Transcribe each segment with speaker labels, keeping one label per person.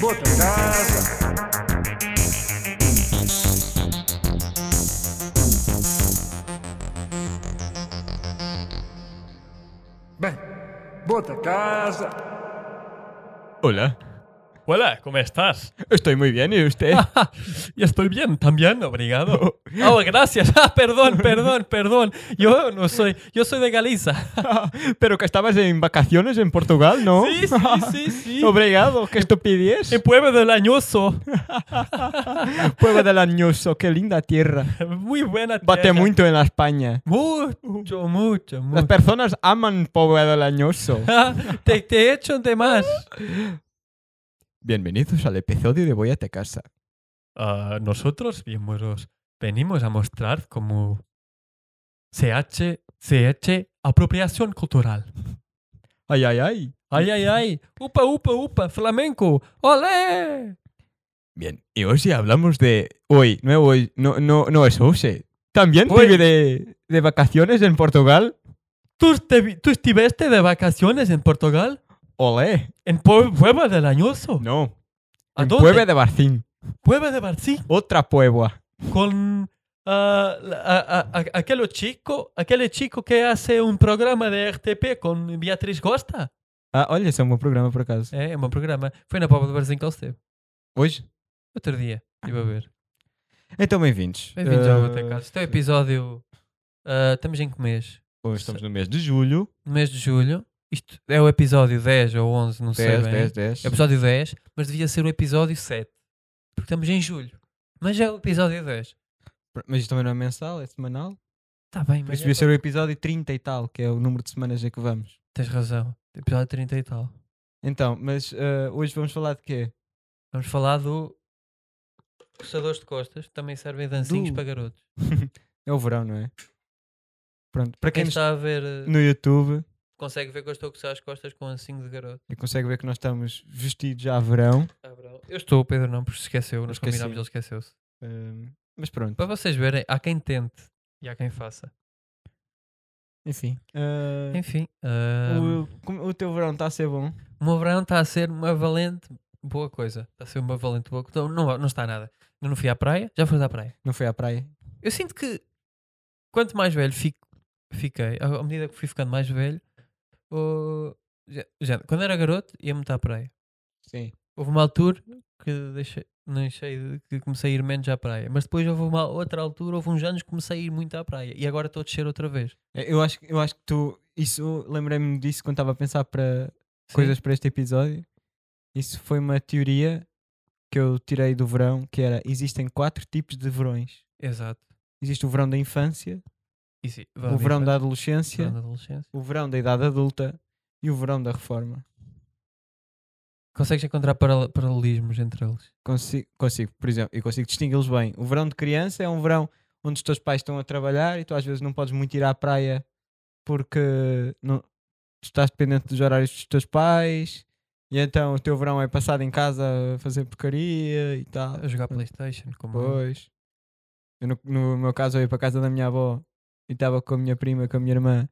Speaker 1: Boa casa. Bota casa.
Speaker 2: Hola,
Speaker 3: Hola, ¿cómo estás?
Speaker 2: estoy muy bien, ¿y usted?
Speaker 3: Y estoy bien también, obrigado. Oh, gracias. Ah, perdón, perdón, perdón. Yo no soy, yo soy de Galiza.
Speaker 2: Pero que estabas en vacaciones en Portugal, ¿no?
Speaker 3: Sí, sí, sí, sí.
Speaker 2: Obrigado, que estupidiez.
Speaker 3: El pueblo del Añoso.
Speaker 2: Puebla del Añoso, qué linda tierra.
Speaker 3: Muy buena tierra.
Speaker 2: Bate mucho en la España.
Speaker 3: Mucho, mucho,
Speaker 2: Las
Speaker 3: mucho.
Speaker 2: personas aman Puebla del Añoso.
Speaker 3: Ah, te, te echo de más.
Speaker 2: Bienvenidos al episodio de Voy a te casa.
Speaker 3: Ah, nosotros, bien buenos, venimos a mostrar cómo se hace, se hace apropiación cultural.
Speaker 2: Ay, ay, ay.
Speaker 3: Ay, ay, ay. Upa, upa, upa. Flamenco. ¡Olé!
Speaker 2: Bien, y hoy sí hablamos de... Hoy, no, hoy, no, no, no es hoy. ¿También
Speaker 3: Hoy.
Speaker 2: vive de, de vacaciones en Portugal?
Speaker 3: ¿Tú, te vi- tú estuviste de vacaciones en Portugal?
Speaker 2: Olé.
Speaker 3: ¿En Pue- Puebla del Añoso?
Speaker 2: No.
Speaker 3: ¿A
Speaker 2: en
Speaker 3: dónde?
Speaker 2: Puebla de Barcín.
Speaker 3: Puebla de Barcí.
Speaker 2: Otra Puebla.
Speaker 3: Con ah, la- a- a- a- aquel, chico, aquel chico que hace un programa de RTP con Beatriz Costa.
Speaker 2: Ah, olha, isso é um bom programa, por acaso.
Speaker 3: É, é um bom programa. Foi na Puebla de Barcim que ele esteve.
Speaker 2: Hoje?
Speaker 3: Outro dia. Estive a ver.
Speaker 2: Então, bem-vindos.
Speaker 3: Bem-vindos
Speaker 2: Ah,
Speaker 3: ao Outra Casa. Este é o episódio... ah, estamos em que mês?
Speaker 2: Hoje estamos no mês de julho.
Speaker 3: No mês de julho. Isto é o episódio 10 ou 11, não sei
Speaker 2: 10,
Speaker 3: bem.
Speaker 2: 10, 10.
Speaker 3: É o episódio 10, mas devia ser o episódio 7. Porque estamos em julho. Mas é o episódio 10.
Speaker 2: Mas isto também não é mensal, é semanal.
Speaker 3: Está Tá bem,
Speaker 2: Por isso
Speaker 3: mas. é
Speaker 2: devia ser o episódio 30 e tal, que é o número de semanas em que vamos.
Speaker 3: Tens razão. Episódio 30 e tal.
Speaker 2: Então, mas ah, hoje vamos falar de quê?
Speaker 3: Vamos falar do. Coçadores de costas que também servem dancinhos
Speaker 2: Do-
Speaker 3: para garotos.
Speaker 2: É o verão, não é? Pronto, para
Speaker 3: Quem
Speaker 2: quem, Hum.
Speaker 3: está a ver eh,
Speaker 2: no YouTube
Speaker 3: consegue ver que eu estou a coçar as costas com um ancinho de garoto.
Speaker 2: e consegue ver que nós estamos vestidos já a verão.
Speaker 3: Ah, bro. eu estou, o Pedro não, porque se esqueceu. Nós
Speaker 2: Esqueci.
Speaker 3: combinámos, ele esqueceu-se.
Speaker 2: ah, mas pronto,
Speaker 3: Para vocês verem, há quem tente e há quem faça.
Speaker 2: enfim. Ah,
Speaker 3: Enfim, ah,
Speaker 2: o, como- o teu verão está a ser bom.
Speaker 3: O meu verão está a ser uma valente boa coisa. Está a ser uma valente boa coisa. Não, não está nada. Eu não fui à praia, já fui à praia.
Speaker 2: Não foi à praia?
Speaker 3: Eu sinto que quanto mais velho fico, fiquei, à à medida que fui ficando mais velho, o- já, já- quando era garoto ia muito à praia.
Speaker 2: Sim.
Speaker 3: Houve uma altura que deixei, não deixei de- que comecei a ir menos à praia. Mas depois houve uma outra altura, houve uns anos que comecei a ir muito à praia. E agora estou a descer outra vez.
Speaker 2: É, Eu acho, que- eu acho que tu. Isso, lembrei-me disso quando estava a pensar para
Speaker 3: Sim.
Speaker 2: coisas para este episódio. Isso foi uma teoria que eu tirei do verão, que era: existem quatro tipos de verões.
Speaker 3: Exato.
Speaker 2: Existe o verão da infância,
Speaker 3: E sim,
Speaker 2: o verão da
Speaker 3: o
Speaker 2: adolescência,
Speaker 3: verão da adolescência.
Speaker 2: o verão da idade adulta e o verão da reforma.
Speaker 3: Consegues encontrar paral- paralelismos entre eles?
Speaker 2: Consigo, consigo por exemplo, e consigo distingui-los bem. O verão de criança é um verão onde os teus pais estão a trabalhar e tu às vezes não podes muito ir à praia porque não, tu estás dependente dos horários dos teus pais e então o teu verão é passado em casa a fazer porcaria e tal.
Speaker 3: A jogar
Speaker 2: Pronto.
Speaker 3: Playstation,
Speaker 2: Uhum.
Speaker 3: como eu.
Speaker 2: Hum. Pois. Eu no, no meu caso, eu ia para a casa da minha avó e estava com a minha prima, com a minha irmã,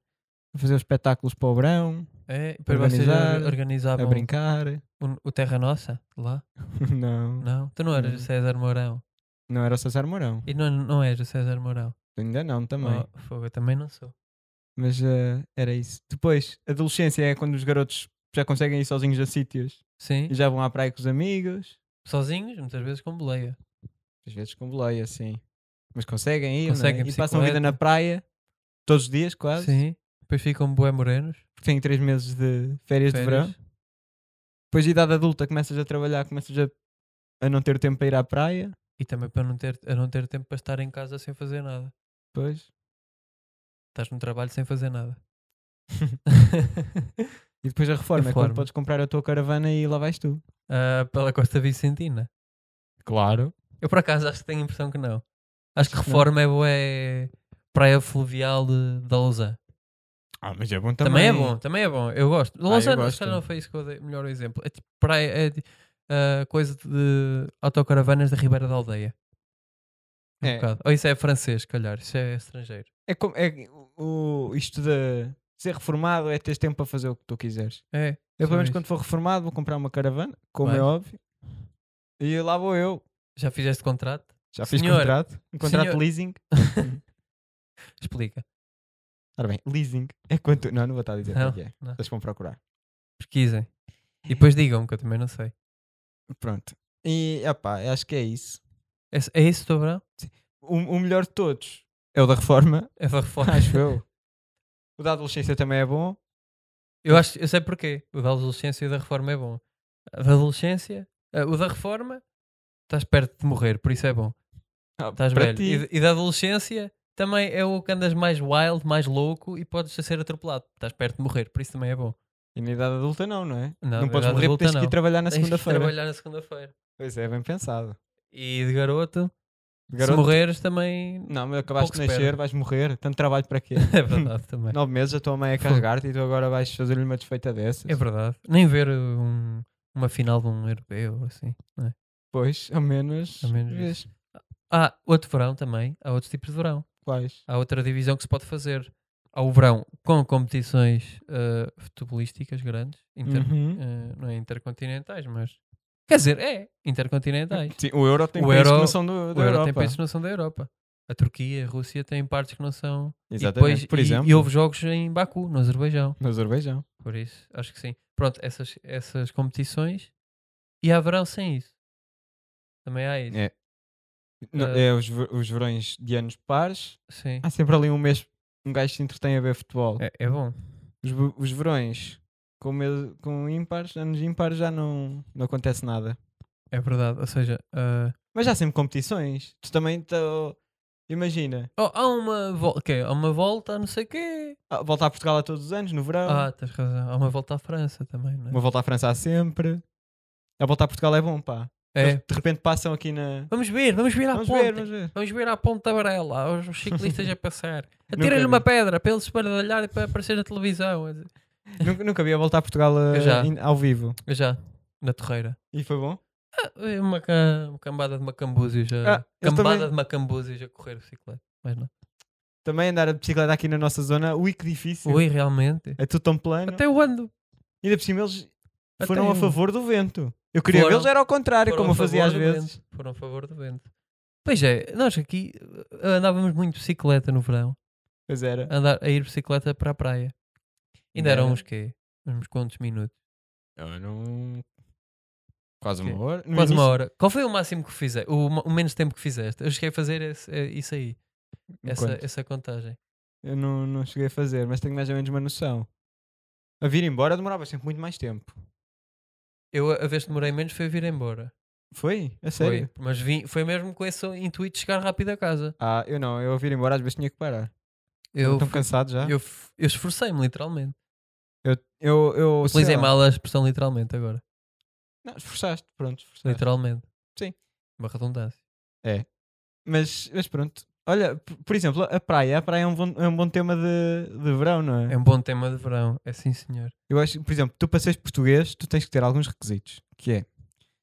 Speaker 2: a fazer os espetáculos para o verão,
Speaker 3: É, para vocês
Speaker 2: Organizar, É
Speaker 3: or-
Speaker 2: a
Speaker 3: organizavam
Speaker 2: brincar.
Speaker 3: o- o Terra Nossa lá?
Speaker 2: Não, não,
Speaker 3: Não? Tu não eras o
Speaker 2: Não.
Speaker 3: César Mourão.
Speaker 2: era o César Mourão.
Speaker 3: E não, não eras o César Mourão.
Speaker 2: Ainda não, é. também.
Speaker 3: Oh, fogo, eu também não sou.
Speaker 2: Mas eh, era isso. Depois, adolescência é quando os garotos já conseguem ir sozinhos a sítios
Speaker 3: Sim,
Speaker 2: e já vão à praia com os amigos.
Speaker 3: sozinhos, muitas vezes com boleia.
Speaker 2: Às vezes com boleia, assim. Mas conseguem ir não é?
Speaker 3: Conseguem,
Speaker 2: e passam a vida na
Speaker 3: bicicleta.
Speaker 2: praia todos os dias, quase.
Speaker 3: Sim, depois ficam bué morenos.
Speaker 2: Porque têm três meses de férias, de
Speaker 3: férias.
Speaker 2: verão. Depois de idade adulta começas a trabalhar, começas a, a não ter tempo para ir à praia.
Speaker 3: E também para não ter, a não ter tempo para estar em casa sem fazer nada.
Speaker 2: Depois.
Speaker 3: Estás no trabalho sem fazer nada.
Speaker 2: E depois a reforma, é
Speaker 3: Reforma.
Speaker 2: quando podes comprar a tua caravana e lá vais tu.
Speaker 3: Ah, pela Costa Vicentina.
Speaker 2: Claro.
Speaker 3: Eu por acaso acho que tenho a impressão que não. Acho que
Speaker 2: Acho que não.
Speaker 3: reforma é bué praia fluvial de, da Lousã.
Speaker 2: Ah, mas é bom
Speaker 3: Também, é bom, também é bom. Eu gosto.
Speaker 2: eu
Speaker 3: Lausanne,
Speaker 2: gosto.
Speaker 3: se calhar não foi isso que eu dei melhor exemplo. É tipo praia, é ti- ah, coisa de autocaravanas da Ribeira da Aldeia. Um
Speaker 2: É.
Speaker 3: bocado. Ou isso é francês, se calhar. Isso é estrangeiro.
Speaker 2: É como, é, o- o, isto de ser reformado é teres tempo para fazer o que tu quiseres.
Speaker 3: É.
Speaker 2: Eu,
Speaker 3: só
Speaker 2: pelo menos,
Speaker 3: isso.
Speaker 2: quando for reformado, vou comprar uma caravana, como é
Speaker 3: Vais.
Speaker 2: óbvio. E lá vou eu.
Speaker 3: Já fizeste contrato?
Speaker 2: Já fiz
Speaker 3: Senhor,
Speaker 2: contrato. Um contrato
Speaker 3: senhor-
Speaker 2: de leasing.
Speaker 3: Explica.
Speaker 2: Ora bem, leasing é quanto. Não, não vou estar a dizer
Speaker 3: Não,
Speaker 2: o que é.
Speaker 3: não.
Speaker 2: Vocês vão procurar.
Speaker 3: Pesquisem. E depois digam-me que eu também não sei.
Speaker 2: Pronto. E, opá, eu acho que é isso.
Speaker 3: É, é isso, estou verão?
Speaker 2: O, o melhor de todos é o da reforma,
Speaker 3: É da reforma.
Speaker 2: acho eu. O da adolescência também é bom.
Speaker 3: Eu, acho, eu sei porquê. O da adolescência e o da reforma é bom. A da adolescência, ah, o da reforma, estás perto de morrer, por isso é bom.
Speaker 2: Ah,
Speaker 3: Estás
Speaker 2: para
Speaker 3: velho.
Speaker 2: ti.
Speaker 3: E, e da adolescência também é o que andas mais wild, mais louco e podes ser atropelado. Estás perto de morrer, por isso também é bom.
Speaker 2: E na idade adulta não, não é?
Speaker 3: Não,
Speaker 2: Não,
Speaker 3: na
Speaker 2: podes morrer
Speaker 3: idade
Speaker 2: porque
Speaker 3: adulta
Speaker 2: tens que
Speaker 3: não.
Speaker 2: ir trabalhar na
Speaker 3: Tens que
Speaker 2: segunda-feira.
Speaker 3: trabalhar na segunda-feira.
Speaker 2: Pois é, bem pensado.
Speaker 3: E de garoto,
Speaker 2: Garoto,
Speaker 3: se morreres também.
Speaker 2: Não, mas acabaste
Speaker 3: pouco
Speaker 2: de
Speaker 3: se
Speaker 2: nascer,
Speaker 3: perde.
Speaker 2: vais morrer. Tanto trabalho para quê?
Speaker 3: É verdade também.
Speaker 2: Nove meses a tua mãe é a carregar-te e tu agora vais fazer-lhe uma desfeita dessas.
Speaker 3: É verdade. Nem ver um- uma final de um europeu ou assim. não é?
Speaker 2: Pois, ao menos.
Speaker 3: Ao menos
Speaker 2: vês
Speaker 3: Há outro verão também. Há outros tipos de verão.
Speaker 2: Quais?
Speaker 3: Há outra divisão que se pode fazer. Há o verão com competições ah, futebolísticas grandes. Inter,
Speaker 2: Uhum.
Speaker 3: ah, não é intercontinentais, mas. Quer dizer, é intercontinentais.
Speaker 2: Sim, o euro tem
Speaker 3: O
Speaker 2: países
Speaker 3: euro-
Speaker 2: que não são do,
Speaker 3: O
Speaker 2: da
Speaker 3: Euro
Speaker 2: Europa.
Speaker 3: tem países que não são da Europa. A Turquia, a Rússia têm partes que não são.
Speaker 2: Exatamente.
Speaker 3: E depois,
Speaker 2: Por
Speaker 3: e-
Speaker 2: exemplo,
Speaker 3: E, houve jogos em Baku, no Azerbaijão.
Speaker 2: no Azerbaijão.
Speaker 3: Por isso, acho que sim. Pronto, essas, essas competições. E há verão sem isso. Também há isso.
Speaker 2: É. No-
Speaker 3: Ah.
Speaker 2: é os, ver- os verões de anos pares.
Speaker 3: Sim.
Speaker 2: Há sempre ali um mês um gajo se entretém a ver futebol.
Speaker 3: É, é bom.
Speaker 2: Os, ve- os verões com, mês- com ímpares, anos ímpares já não, não acontece nada.
Speaker 3: É verdade. Ou seja, ah,
Speaker 2: Mas há sempre competições. Tu também tô... imagina,
Speaker 3: oh, há uma volta. Há uma volta a não sei quê.
Speaker 2: ah, voltar a Portugal a todos os anos, no verão.
Speaker 3: Ah, tens razão. Há uma volta à França também, não é?
Speaker 2: Uma volta à França há sempre. A volta a Portugal é bom, pá.
Speaker 3: É. Tá
Speaker 2: Eles de repente passam aqui na.
Speaker 3: Vamos ver, vamos ver à
Speaker 2: Vamos
Speaker 3: ponte.
Speaker 2: ver, vamos ver.
Speaker 3: Vamos ver à ponta amarela, os os ciclistas a passar.
Speaker 2: Nunca
Speaker 3: Atirem-lhe
Speaker 2: vi.
Speaker 3: uma pedra para ele se baralhar e para aparecer na televisão. é
Speaker 2: nunca, nunca vi a volta a Portugal ah,
Speaker 3: Eu já.
Speaker 2: in- ao vivo.
Speaker 3: Eu já, na torreira.
Speaker 2: E foi bom?
Speaker 3: Ah, Uma, ca- uma cambada de macambúzios a...
Speaker 2: Ah, eu
Speaker 3: cambada
Speaker 2: também-
Speaker 3: de macambúzios a correr bicicleta. Mas não.
Speaker 2: Também andar a bicicleta aqui na nossa zona, ui que difícil.
Speaker 3: Ui, realmente.
Speaker 2: É tudo tão plano.
Speaker 3: Até eu ando.
Speaker 2: Ainda por cima eles
Speaker 3: Até
Speaker 2: foram a
Speaker 3: eu.
Speaker 2: favor do vento. Eu queria
Speaker 3: Foram.
Speaker 2: vê-los, era ao contrário,
Speaker 3: Foram
Speaker 2: como
Speaker 3: a
Speaker 2: eu fazia às
Speaker 3: favor do
Speaker 2: vezes.
Speaker 3: vento. Foram a favor do vento. Pois é, nós aqui uh, andávamos muito de bicicleta no verão.
Speaker 2: Pois era.
Speaker 3: A, andar, a ir de bicicleta para a praia. Ainda
Speaker 2: Era.
Speaker 3: eram uns quê? Uns quantos minutos?
Speaker 2: Eu não. Quase
Speaker 3: uma
Speaker 2: hora.
Speaker 3: Quase uma hora. Qual foi o máximo que fiz? O, ma- o menos tempo que fizeste? Eu cheguei a fazer esse- eh, isso aí. Essa, essa contagem.
Speaker 2: Eu não, não cheguei a fazer, mas tenho mais ou menos uma noção. A vir embora demorava sempre muito mais tempo.
Speaker 3: Eu, a a vez que demorei menos foi vir embora.
Speaker 2: Foi? A sério?
Speaker 3: Foi. Mas vim, foi mesmo com esse intuito de chegar rápido a casa.
Speaker 2: Ah, eu não, eu a vir embora às vezes tinha que parar.
Speaker 3: Eu,
Speaker 2: Estão cansado já? Eu,
Speaker 3: eu, f- eu esforcei-me literalmente.
Speaker 2: eu, eu sei
Speaker 3: Utilizei
Speaker 2: lá.
Speaker 3: mal a expressão literalmente agora.
Speaker 2: Não, esforçaste, pronto, esforçaste.
Speaker 3: Literalmente.
Speaker 2: Sim.
Speaker 3: Uma redundância.
Speaker 2: Mas, mas pronto. Olha, p- por exemplo, a praia. A praia é um bom, é um bom tema de, de verão, não é?
Speaker 3: É um bom tema de verão. É sim, senhor.
Speaker 2: Eu acho, por exemplo, tu para seres português, tu tens que ter alguns requisitos, que é,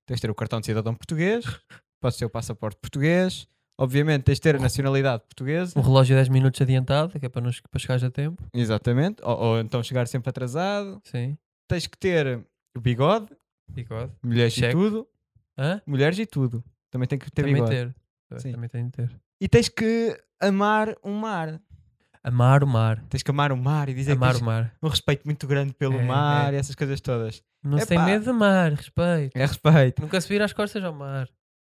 Speaker 2: tens de ter o cartão de cidadão português, podes ter o passaporte português, obviamente tens de ter a nacionalidade portuguesa,
Speaker 3: Um relógio 10 minutos adiantado, que é para, nos, para chegares a tempo.
Speaker 2: exatamente, ou, ou então chegar sempre atrasado,
Speaker 3: Sim.
Speaker 2: tens que ter o bigode,
Speaker 3: Bigode.
Speaker 2: mulheres e
Speaker 3: Check.
Speaker 2: tudo,
Speaker 3: Hã?
Speaker 2: mulheres e tudo, também tem que ter
Speaker 3: Também
Speaker 2: bigode.
Speaker 3: ter.
Speaker 2: Sim.
Speaker 3: Também tenho de ter.
Speaker 2: E tens que amar o mar,
Speaker 3: Amar o mar.
Speaker 2: tens que amar o mar e dizer que
Speaker 3: Amar
Speaker 2: tens
Speaker 3: o mar.
Speaker 2: um respeito muito grande pelo
Speaker 3: É,
Speaker 2: mar
Speaker 3: é.
Speaker 2: e essas coisas todas.
Speaker 3: Não se tem
Speaker 2: Epá.
Speaker 3: medo de mar. Respeito.
Speaker 2: É respeito.
Speaker 3: Nunca se vira as costas ao mar.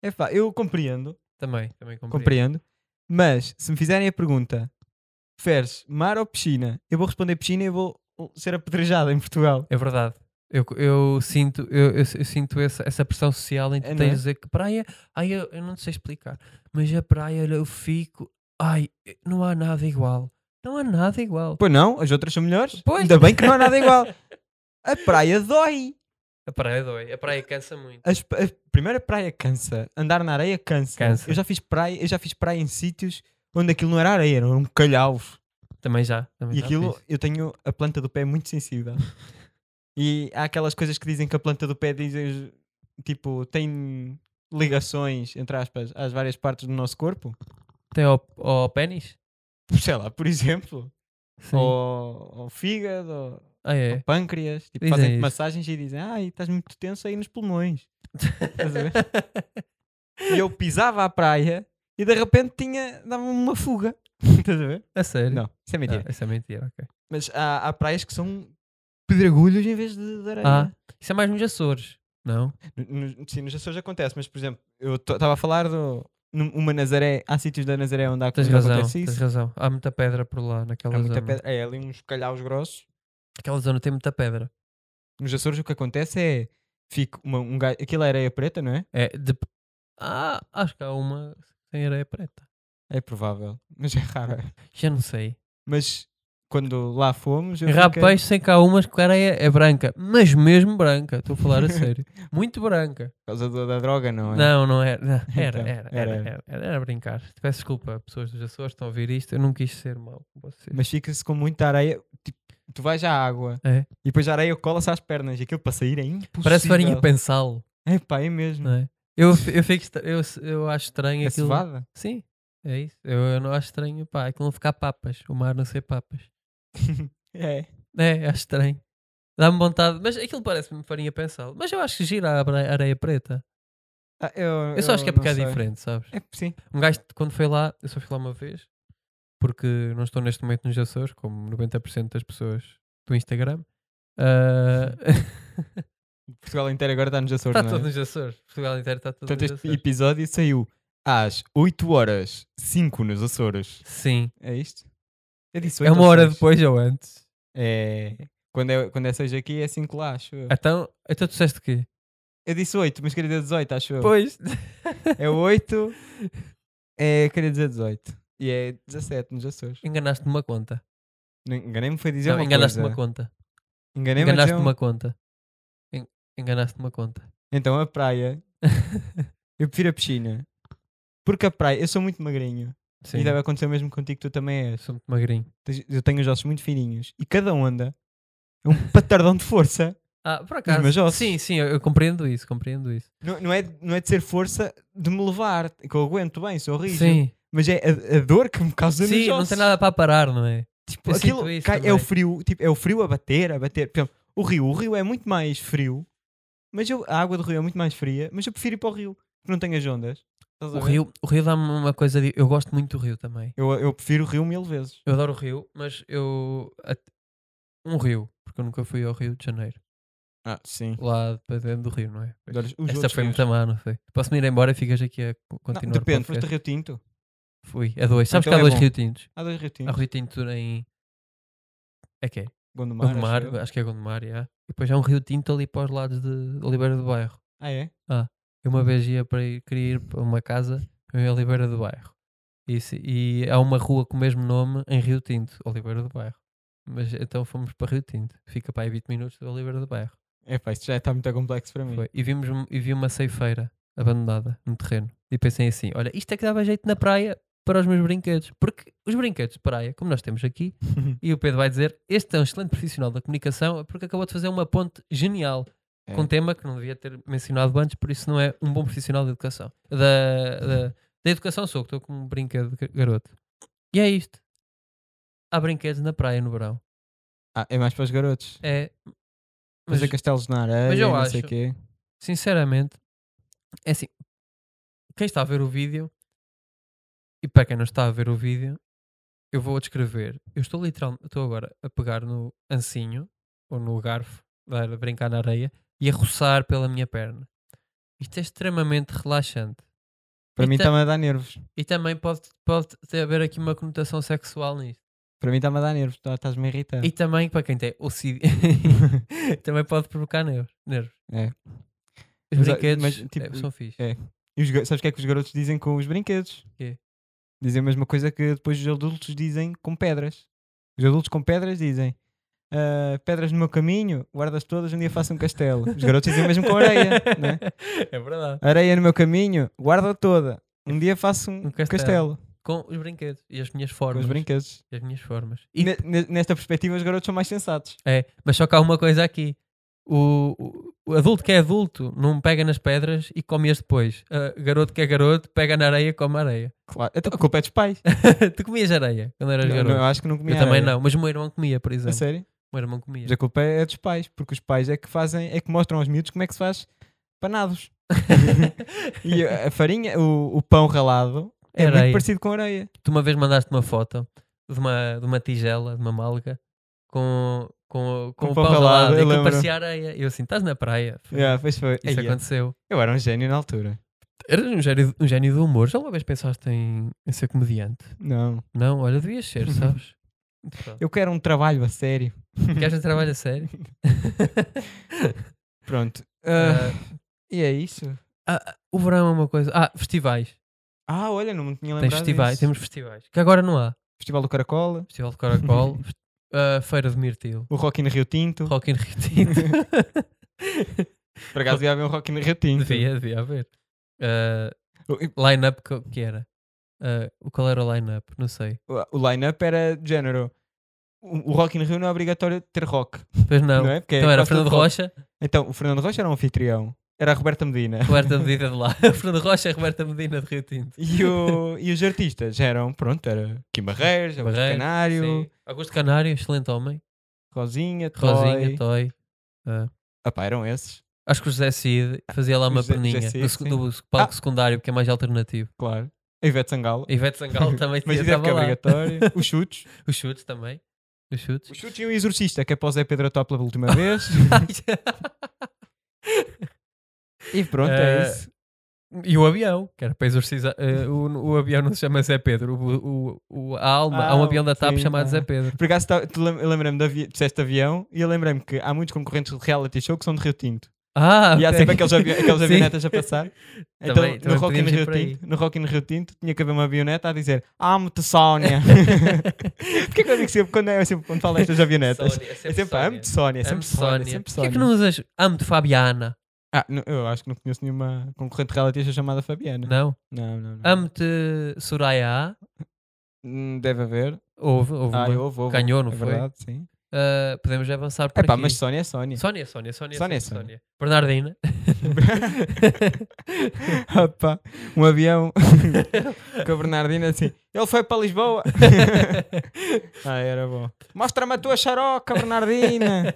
Speaker 2: Epá, eu compreendo,
Speaker 3: Também. Também compreendo.
Speaker 2: Compreendo. Mas se me fizerem a pergunta, preferes mar ou piscina? Eu vou responder piscina e eu vou uh, ser apedrejado em Portugal.
Speaker 3: É verdade. Eu, eu sinto, eu, eu- eu sinto essa, essa pressão social em que
Speaker 2: É, não
Speaker 3: tens
Speaker 2: é?
Speaker 3: de dizer que praia. Ai, eu, eu não sei explicar, mas a praia olha, eu fico. Ai, eh, não há nada igual. Não há nada igual.
Speaker 2: Pois não, as outras são melhores.
Speaker 3: Pois.
Speaker 2: Ainda bem que não há nada igual. A praia dói.
Speaker 3: A praia dói, a praia cansa muito.
Speaker 2: As- a primeira praia cansa. Andar na areia cansa.
Speaker 3: Cansa.
Speaker 2: Eu já fiz praia, eu já fiz praia em sítios onde aquilo não era areia, era um calhau.
Speaker 3: Também já. Também
Speaker 2: E
Speaker 3: já
Speaker 2: aquilo,
Speaker 3: fiz.
Speaker 2: eu tenho a planta do pé muito sensível. e há aquelas coisas que dizem que a planta do pé dizem, tipo, tem ligações, entre aspas, às várias partes do nosso corpo.
Speaker 3: Tem ao, ao pênis?
Speaker 2: Sei lá, por exemplo.
Speaker 3: Sim.
Speaker 2: ou, ou fígado, ou,
Speaker 3: Ah, é.
Speaker 2: ou pâncreas. Tipo,
Speaker 3: Dizem
Speaker 2: fazem
Speaker 3: isso.
Speaker 2: massagens e dizem: Ai, estás muito tenso aí nos pulmões. Estás a ver? e eu pisava à praia e de repente tinha, dava-me uma fuga. Estás a ver?
Speaker 3: A sério?
Speaker 2: Não, isso é mentira.
Speaker 3: Ah, isso é mentira, ok.
Speaker 2: Mas há, há praias que são pedregulhos em vez de, de areia.
Speaker 3: Ah, isso é mais nos Açores, não?
Speaker 2: No- no- sim, nos Açores acontece, mas por exemplo, eu estava a falar do. num- Uma Nazaré, há sítios da Nazaré onde há
Speaker 3: Tens
Speaker 2: onde
Speaker 3: razão,
Speaker 2: acontece
Speaker 3: tens
Speaker 2: isso.
Speaker 3: razão. Há muita pedra por lá, naquela
Speaker 2: Há muita
Speaker 3: zona.
Speaker 2: pedra. É ali uns calhaus grossos.
Speaker 3: Aquela zona tem muita pedra.
Speaker 2: Nos Açores o que acontece é. Fica uma, um gajo, aquilo é areia preta, não é?
Speaker 3: É, de- Ah, acho que há uma sem areia preta.
Speaker 2: É provável, mas é raro.
Speaker 3: Já não sei.
Speaker 2: Mas quando lá fomos, eu
Speaker 3: Errar
Speaker 2: fiquei-
Speaker 3: peixe sem cá umas que a areia é branca. Mas mesmo branca, estou a falar a sério. Muito branca.
Speaker 2: por causa do- da droga, não é?
Speaker 3: Não, não era. Não, Era,
Speaker 2: Então,
Speaker 3: era,
Speaker 2: era,
Speaker 3: era, era, era, era brincar. Peço desculpa, pessoas dos Açores estão a ouvir isto. Eu não quis ser mau com vocês.
Speaker 2: Mas fica-se com muita areia. Tipo, tu vais à água
Speaker 3: É.
Speaker 2: e depois a areia cola-se às pernas e aquilo para sair é impossível.
Speaker 3: Parece farinha pensal,
Speaker 2: É pá, é mesmo.
Speaker 3: não é? Eu, eu, fico, estra- eu, eu acho estranho
Speaker 2: É
Speaker 3: aquilo.
Speaker 2: cevada.
Speaker 3: Sim, é isso. Eu, eu não acho estranho, pá, aquilo não ficar papas. O mar não ser papas.
Speaker 2: É.
Speaker 3: É, acho estranho. Dá-me vontade. Mas aquilo parece-me farinha pensal. Mas eu acho que gira a are- areia preta.
Speaker 2: Ah, eu,
Speaker 3: Eu só acho que é
Speaker 2: eu
Speaker 3: porque é
Speaker 2: não sei.
Speaker 3: diferente, sabes?
Speaker 2: É, sim.
Speaker 3: Um gajo, quando foi lá, eu só fui lá uma vez, porque não estou neste momento nos Açores, como 90% das pessoas do Instagram. Ah,
Speaker 2: Portugal inteiro agora está nos Açores,
Speaker 3: está
Speaker 2: não é?
Speaker 3: tudo nos Açores. Portugal inteiro está tudo
Speaker 2: Portanto,
Speaker 3: nos
Speaker 2: este
Speaker 3: Açores.
Speaker 2: episódio saiu às 8 horas 5 nos Açores.
Speaker 3: Sim.
Speaker 2: É isto? Eu disse
Speaker 3: É
Speaker 2: oito
Speaker 3: uma
Speaker 2: ou
Speaker 3: hora
Speaker 2: seis.
Speaker 3: depois ou antes.
Speaker 2: É. Quando é, quando é 6 aqui é 5 lá, acho eu.
Speaker 3: Então, então tu disseste o quê?
Speaker 2: Eu disse 8, mas queria dizer 18, acho eu.
Speaker 3: Pois.
Speaker 2: É 8, é, queria dizer 18. E é 17 nos Açores.
Speaker 3: Enganaste-me uma conta.
Speaker 2: Não, Enganei-me, foi dizer
Speaker 3: Não,
Speaker 2: uma
Speaker 3: enganaste-me
Speaker 2: coisa.
Speaker 3: uma conta.
Speaker 2: Enganei-me a dizer um
Speaker 3: Enganaste-me
Speaker 2: uma...
Speaker 3: uma conta. En- Enganaste-me uma conta.
Speaker 2: Então a praia, eu prefiro a piscina. Porque a praia, eu sou muito magrinho.
Speaker 3: Sim.
Speaker 2: E deve acontecer o mesmo contigo, tu também
Speaker 3: Eu
Speaker 2: és.
Speaker 3: sou muito magrinho.
Speaker 2: Tens- Eu tenho os ossos muito fininhos. E cada onda é um patardão de força.
Speaker 3: Ah, por acaso.
Speaker 2: meus ossos.
Speaker 3: Sim, sim, eu, eu compreendo isso, compreendo isso.
Speaker 2: Não, não é, não é de ser força de me levar, que eu aguento bem, sou rígido.
Speaker 3: Sim,
Speaker 2: Mas é a, a dor que me causa nos
Speaker 3: sim, não
Speaker 2: ossos.
Speaker 3: tem nada para parar, não é?
Speaker 2: Tipo,
Speaker 3: Eu
Speaker 2: aquilo
Speaker 3: sinto isso
Speaker 2: cai- é
Speaker 3: também.
Speaker 2: o frio, tipo, é o frio a bater, a bater. Por exemplo, o rio, o rio é muito mais frio, mas eu- a água do rio é muito mais fria, mas eu prefiro ir para o rio, porque não tenho as ondas. Estás a
Speaker 3: O
Speaker 2: ver?
Speaker 3: Rio, o Rio dá-me uma coisa. De, eu gosto muito do Rio também.
Speaker 2: Eu, eu prefiro o rio mil vezes.
Speaker 3: Eu adoro o Rio, mas eu. at- Um Rio, porque eu nunca fui ao Rio de Janeiro.
Speaker 2: Ah, sim.
Speaker 3: Lá para dentro do Rio, não é? Pois.
Speaker 2: Adoras os
Speaker 3: Esta
Speaker 2: outros
Speaker 3: foi
Speaker 2: rios.
Speaker 3: muito má, não foi? Posso-me ir embora e ficas aqui a co-
Speaker 2: Não,
Speaker 3: continuar? o
Speaker 2: depende, foste a
Speaker 3: podcast?
Speaker 2: Rio Tinto.
Speaker 3: Fui, a dois. Sabes
Speaker 2: Então
Speaker 3: que há
Speaker 2: é
Speaker 3: dois
Speaker 2: bom.
Speaker 3: Rio Tintos?
Speaker 2: Há dois Rio Tinto.
Speaker 3: Há Rio Tinto em. É que é?
Speaker 2: Gondomar.
Speaker 3: Gondomar,
Speaker 2: acho eu.
Speaker 3: acho que é Gondomar, já. E depois há um Rio Tinto ali para os lados de Oliveira do Bairro.
Speaker 2: Ah, é?
Speaker 3: Eu uma vez ia para ir, queria ir para uma casa em Oliveira do Bairro. E, se- e há uma rua com o mesmo nome em Rio Tinto, Oliveira do Bairro. Mas então fomos para Rio Tinto. Fica para aí 20 minutos de Oliveira do Bairro.
Speaker 2: É pá, isto já está muito complexo para mim.
Speaker 3: Foi. E, vimos, um- e vi uma ceifeira abandonada no terreno. E pensei assim, olha, isto é que dava jeito na praia para os meus brinquedos. Porque os brinquedos de praia, como nós temos aqui, e o Pedro vai dizer, este é um excelente profissional da comunicação porque acabou de fazer uma ponte genial
Speaker 2: É.
Speaker 3: com um tema que não devia ter mencionado antes, por isso não é um bom profissional da educação. Da, da, da educação sou, que estou com um brinquedo de garoto. E é isto. Há brinquedos na praia no verão.
Speaker 2: Ah, é mais para os garotos.
Speaker 3: É, mas,
Speaker 2: Fazer castelos na areia,
Speaker 3: mas eu
Speaker 2: não sei o
Speaker 3: acho-
Speaker 2: quê.
Speaker 3: sinceramente, é assim, quem está a ver o vídeo, e para quem não está a ver o vídeo, eu vou descrever. Eu estou literalmente, estou agora a pegar no ancinho, ou no garfo, a brincar na areia, e a roçar pela minha perna. Isto é extremamente relaxante.
Speaker 2: Para mim
Speaker 3: Então-
Speaker 2: está-me a dar nervos.
Speaker 3: E também pode, pode ter haver aqui uma conotação sexual nisto.
Speaker 2: Para mim está-me a dar nervos. tá- Estás-me a irritar.
Speaker 3: E também, para quem tem OCD, também pode provocar nervos. nervos.
Speaker 2: É.
Speaker 3: Os
Speaker 2: Mas, ah,
Speaker 3: brinquedos
Speaker 2: mas,
Speaker 3: eh,
Speaker 2: tipo,
Speaker 3: são fixe.
Speaker 2: é- E os, ga- sabes o que é que os garotos dizem com os brinquedos?
Speaker 3: Quê?
Speaker 2: Dizem a mesma coisa que depois os adultos dizem com pedras. Os adultos com pedras dizem "Ah, pedras no meu caminho, guardas todas, um dia faço um castelo. Os garotos dizem mesmo com areia, não é?
Speaker 3: É verdade.
Speaker 2: Areia no meu caminho, guarda toda. Um dia faço um,
Speaker 3: Um
Speaker 2: castelo,
Speaker 3: castelo. Com os brinquedos e as minhas
Speaker 2: com
Speaker 3: formas.
Speaker 2: os brinquedos.
Speaker 3: E as minhas formas.
Speaker 2: E ne- ne- nesta perspectiva, os garotos são mais sensatos.
Speaker 3: É, mas só que há uma coisa aqui. O, o- O adulto que é adulto não pega nas pedras e come-as depois. Ah, garoto que é garoto pega na areia e come areia.
Speaker 2: Claro. Então, a culpa é dos pais.
Speaker 3: tu comias areia quando eras
Speaker 2: Não,
Speaker 3: garoto?
Speaker 2: não, eu acho que não comia.
Speaker 3: eu também
Speaker 2: areia. é-
Speaker 3: não, mas o meu irmão comia, por
Speaker 2: A
Speaker 3: exemplo.
Speaker 2: sério?
Speaker 3: O meu irmão comia.
Speaker 2: Mas a culpa é dos pais, porque os pais é que fazem, é que mostram aos miúdos como é que se faz panados. e a farinha, o, o pão ralado é
Speaker 3: Areia.
Speaker 2: muito parecido com areia.
Speaker 3: tu uma vez mandaste uma foto de uma, de uma tigela, de uma malga, com, com, com, o pão ralado,
Speaker 2: eu
Speaker 3: e que
Speaker 2: lembro.
Speaker 3: parecia areia. E eu assim, estás na praia. Foi.
Speaker 2: Yeah, pois foi.
Speaker 3: Isso
Speaker 2: Eia,
Speaker 3: aconteceu.
Speaker 2: Eu era um gênio na altura.
Speaker 3: Eras um gênio, um gênio do humor. Já uma vez pensaste em, em ser comediante?
Speaker 2: Não.
Speaker 3: Não, olha, devias
Speaker 2: Uhum.
Speaker 3: ser, sabes? Pronto.
Speaker 2: Eu quero um trabalho a sério.
Speaker 3: Queres um trabalho a sério?
Speaker 2: Pronto. Ah,
Speaker 3: Ah,
Speaker 2: E é isso.
Speaker 3: ah, o verão é uma coisa. Ah, festivais.
Speaker 2: Ah, olha, não me tinha
Speaker 3: Tens
Speaker 2: lembrado
Speaker 3: festivais.
Speaker 2: disso.
Speaker 3: Temos festivais. Que agora não há.
Speaker 2: Festival do Caracol,
Speaker 3: Festival de Caracol, fest- ah, Feira de Mirtilo,
Speaker 2: o Rock in Rio Tinto.
Speaker 3: Rock in Rio Tinto.
Speaker 2: Por acaso devia haver um Rock in Rio Tinto.
Speaker 3: Devia, devia haver. Ah,
Speaker 2: O- e-
Speaker 3: line-up co- que era? Ah, o qual era o line-up? Não sei.
Speaker 2: O o line-up era de género. O o Rock in Rio não é obrigatório ter rock.
Speaker 3: Pois não.
Speaker 2: Não, é? Porque é
Speaker 3: Então era
Speaker 2: quase
Speaker 3: Fernando
Speaker 2: tudo rock.
Speaker 3: Rocha,
Speaker 2: Então, o Fernando Rocha era um anfitrião. Era a Roberta Medina.
Speaker 3: Roberta Medina de lá. Fernando Rocha e Roberta Medina de Rio Tinto.
Speaker 2: E, o- e os artistas eram, pronto, era Kim Barreiros, Augusto
Speaker 3: Barreiros,
Speaker 2: Canário,
Speaker 3: Sim. Augusto Canário, excelente homem.
Speaker 2: Rosinha,
Speaker 3: Rosinha,
Speaker 2: Toy.
Speaker 3: Toy.
Speaker 2: Opá, eram esses,
Speaker 3: Acho que o José Cid fazia lá uma
Speaker 2: José-
Speaker 3: perninha
Speaker 2: José Cid,
Speaker 3: no, sec-
Speaker 2: sim.
Speaker 3: do sec- palco
Speaker 2: Ah.
Speaker 3: secundário, porque é mais alternativo.
Speaker 2: claro. A Ivete Sangalo.
Speaker 3: A Ivete Sangalo também
Speaker 2: Mas
Speaker 3: tinha
Speaker 2: isso é
Speaker 3: estava
Speaker 2: porque é
Speaker 3: lá.
Speaker 2: obrigatório. Os chutes.
Speaker 3: Os chutes também. Os chutes.
Speaker 2: Os chutes e o exorcista, que é para o Zé Pedro Ató pela última vez. e pronto, é
Speaker 3: Eh,
Speaker 2: isso.
Speaker 3: E o avião, que era para exorcizar. eh, o, o avião não se chama Zé Pedro. O, o- o- a alma. há um
Speaker 2: Ah,
Speaker 3: avião da TAP
Speaker 2: sim,
Speaker 3: chamado
Speaker 2: ah.
Speaker 3: Zé Pedro.
Speaker 2: Por acaso, tá- tu lem- eu lembrei-me de avi disseste avião e eu lembrei-me que há muitos concorrentes de reality show que são de Rio Tinto.
Speaker 3: Ah,
Speaker 2: E há
Speaker 3: ok.
Speaker 2: sempre aqueles, avi aqueles
Speaker 3: Sim.
Speaker 2: avionetas a passar. Então,
Speaker 3: Também-
Speaker 2: no,
Speaker 3: também
Speaker 2: Rock in
Speaker 3: podíamos ir
Speaker 2: Rio
Speaker 3: por aí.
Speaker 2: Tinto, no Rock in Rio Tinto tinha que haver uma avioneta a dizer Amo-te, Sónia. Porquê que eu digo sempre quando, é, sempre quando falo destas avionetas?
Speaker 3: Sónia,
Speaker 2: é sempre
Speaker 3: Sónia.
Speaker 2: Amo-te, Sónia. É
Speaker 3: Amo
Speaker 2: sempre Sónia. é sempre
Speaker 3: Porquê é
Speaker 2: Sónia.
Speaker 3: que não usas amo de Fabiana?
Speaker 2: Ah, não- eu acho que não conheço nenhuma concorrente de reality show chamada Fabiana.
Speaker 3: Não.
Speaker 2: Não, não, não.
Speaker 3: Amo-te Soraya A?
Speaker 2: Hum, Deve haver.
Speaker 3: Houve, houve.
Speaker 2: Ah,
Speaker 3: uma.
Speaker 2: eu vou.
Speaker 3: Ganhou, não
Speaker 2: é
Speaker 3: foi?
Speaker 2: verdade, sim.
Speaker 3: Ah, podemos avançar por
Speaker 2: É pá,
Speaker 3: aqui.
Speaker 2: mas Sónia é Sónia.
Speaker 3: Sónia, Sónia, Sónia,
Speaker 2: Sónia,
Speaker 3: Sónia,
Speaker 2: Sónia.
Speaker 3: Sónia. Bernardina.
Speaker 2: Opa, um avião com a Bernardina assim. Ele foi para Lisboa. ah, era bom. Mostra-me a tua xaroca, Bernardina.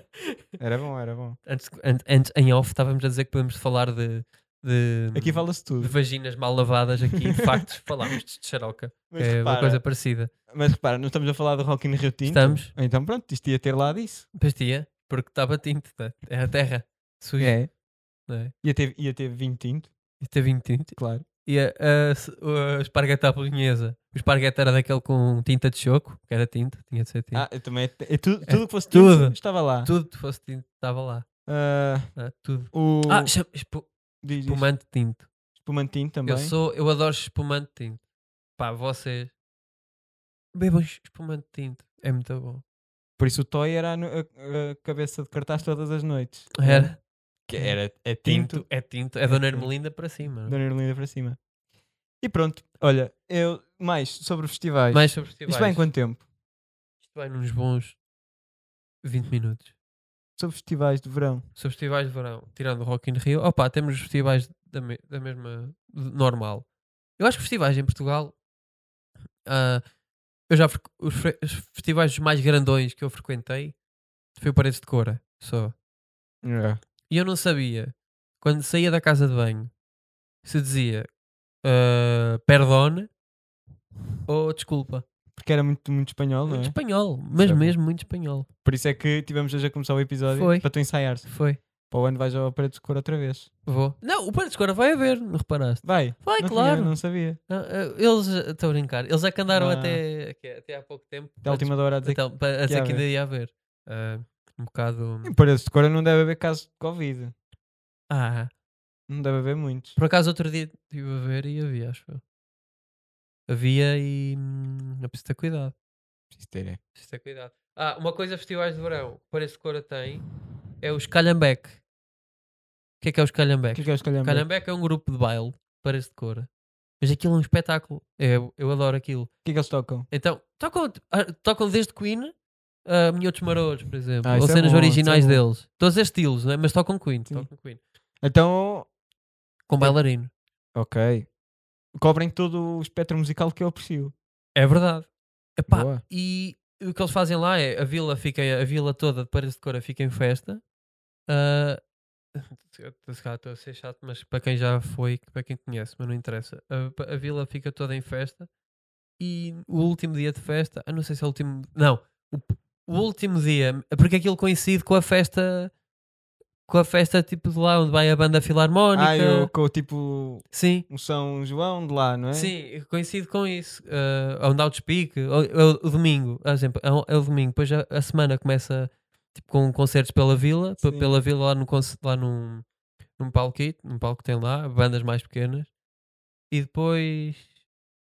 Speaker 2: Era bom, era bom.
Speaker 3: antes, an- antes, em off, estávamos a dizer que podemos falar de, de,
Speaker 2: Aqui fala-se
Speaker 3: de
Speaker 2: tudo.
Speaker 3: vaginas mal lavadas aqui. De facto, falámos de xaroca.
Speaker 2: Mas,
Speaker 3: é uma
Speaker 2: repara,
Speaker 3: coisa parecida.
Speaker 2: mas repara, não estamos a falar do Rock in Rio Tinto?
Speaker 3: Estamos.
Speaker 2: Então pronto, isto ia ter lá disso.
Speaker 3: Pastia, porque estava tinto. tá? É a terra. Suja.
Speaker 2: É.
Speaker 3: não é?
Speaker 2: Ia ter, ia ter vinho tinto,
Speaker 3: E teve vinho tinto.
Speaker 2: claro.
Speaker 3: E a, a, s- a espargueta à bolonhesa. O espargueta era daquele com tinta de choco, que era tinto, tinha de ser tinto.
Speaker 2: Ah, eu também. É tudo, tudo que fosse
Speaker 3: tudo.
Speaker 2: tinto estava lá.
Speaker 3: Tudo que fosse tinto estava lá.
Speaker 2: Ah,
Speaker 3: Ah, tudo.
Speaker 2: o
Speaker 3: Ah, chama- espu-
Speaker 2: Tipo, diz, diz,
Speaker 3: espumante tinto.
Speaker 2: espumantinho também.
Speaker 3: Eu sou, eu adoro espumante tinto. Pá, vocês bebam es- espumante tinto. É muito bom.
Speaker 2: Por isso o Toy era a, no- a- a cabeça de cartaz todas as noites.
Speaker 3: Era
Speaker 2: Que era é
Speaker 3: tinto,
Speaker 2: tinto,
Speaker 3: é tinto. É Dona
Speaker 2: tinto.
Speaker 3: Ermelinda para cima.
Speaker 2: Dona Erlinda para cima. E pronto, olha, eu mais sobre festivais.
Speaker 3: Mais sobre
Speaker 2: Isto
Speaker 3: festivais.
Speaker 2: vai em quanto tempo?
Speaker 3: Isto vai nos bons 20 minutos.
Speaker 2: Sobre festivais de verão.
Speaker 3: Sobre festivais de verão, tirando o Rock in Rio, opá, temos os festivais da, me- da mesma de- normal. Eu acho que festivais em Portugal, ah, eu já frequ- os, fre- os festivais mais grandões que eu frequentei foi o Paredes de Cora, só.
Speaker 2: É.
Speaker 3: E eu não sabia, quando saía da casa de banho, se dizia ah, perdone ou desculpa.
Speaker 2: Porque era muito, muito espanhol, não
Speaker 3: Muito
Speaker 2: é?
Speaker 3: espanhol, mas
Speaker 2: Certo.
Speaker 3: mesmo muito espanhol.
Speaker 2: Por isso é que tivemos hoje a começar o episódio
Speaker 3: Foi.
Speaker 2: para tu ensaiares.
Speaker 3: Foi.
Speaker 2: Para o ano vais ao Paredes de Cor outra vez.
Speaker 3: Vou. Não, o Paredes de Cora vai haver, não reparaste?
Speaker 2: Vai.
Speaker 3: Vai,
Speaker 2: Não tinha,
Speaker 3: claro.
Speaker 2: não sabia.
Speaker 3: Não, eh, eles, estou a brincar, eles é que andaram
Speaker 2: Ah.
Speaker 3: até, que- é, até há pouco tempo
Speaker 2: Até a última hora a dizer
Speaker 3: então, para, a
Speaker 2: que ia
Speaker 3: dizer que ainda
Speaker 2: haver. Hum.
Speaker 3: ia haver. Ah, um bocado.
Speaker 2: que em Paredes de Cor não deve haver casos de Covid.
Speaker 3: Ah,
Speaker 2: Não deve haver muitos.
Speaker 3: por acaso outro dia estive a ver e havia, acho eu. Havia e. hum, É preciso ter cuidado.
Speaker 2: Preciso ter, é.
Speaker 3: Preciso ter cuidado. Ah, uma coisa festivais de verão, que parece que Cora tem, é o Calhambeque. O que é que é o
Speaker 2: O que
Speaker 3: Calhambeque?
Speaker 2: é que é os calhambeques?
Speaker 3: Calhambeque é um grupo de baile, parece de Cora. Mas aquilo é um espetáculo. Eu, eu adoro aquilo.
Speaker 2: O que é que eles tocam?
Speaker 3: Então, tocam, ah, tocam desde Queen ah, Minhotos Marotos, por exemplo,
Speaker 2: Ah,
Speaker 3: ou
Speaker 2: isso é
Speaker 3: cenas
Speaker 2: bom,
Speaker 3: originais
Speaker 2: isso é
Speaker 3: deles. Todos esses estilos, né? mas tocam Queen,
Speaker 2: Sim.
Speaker 3: tocam Queen.
Speaker 2: Então,
Speaker 3: Com bailarino.
Speaker 2: ok. Cobrem todo o espectro musical que eu aprecio.
Speaker 3: É verdade. Epá,
Speaker 2: Boa.
Speaker 3: e o que eles fazem lá é a vila, fica, a vila toda de Paredes de Cora fica em festa. Ah, se calhar estou a ser chato, mas para quem já foi, para quem conhece, mas não interessa. A, a vila fica toda em festa e o último dia de festa, ah, não sei se é o último, não, o, o último dia, porque aquilo coincide com a festa, com a festa tipo de lá onde vai a banda filarmónica.
Speaker 2: Ah, eu com tipo
Speaker 3: Sim.
Speaker 2: um São João de lá, não é?
Speaker 3: Sim, coincido com isso. Uh, onde há o Speak, ou- é o, o domingo, por exemplo, é o, é o domingo. Depois a, a semana começa tipo, com concertos pela vila, pe-
Speaker 2: Sim.
Speaker 3: pela vila lá, no, conce- lá num, num palquito, num palco que tem lá, bandas mais pequenas. E depois.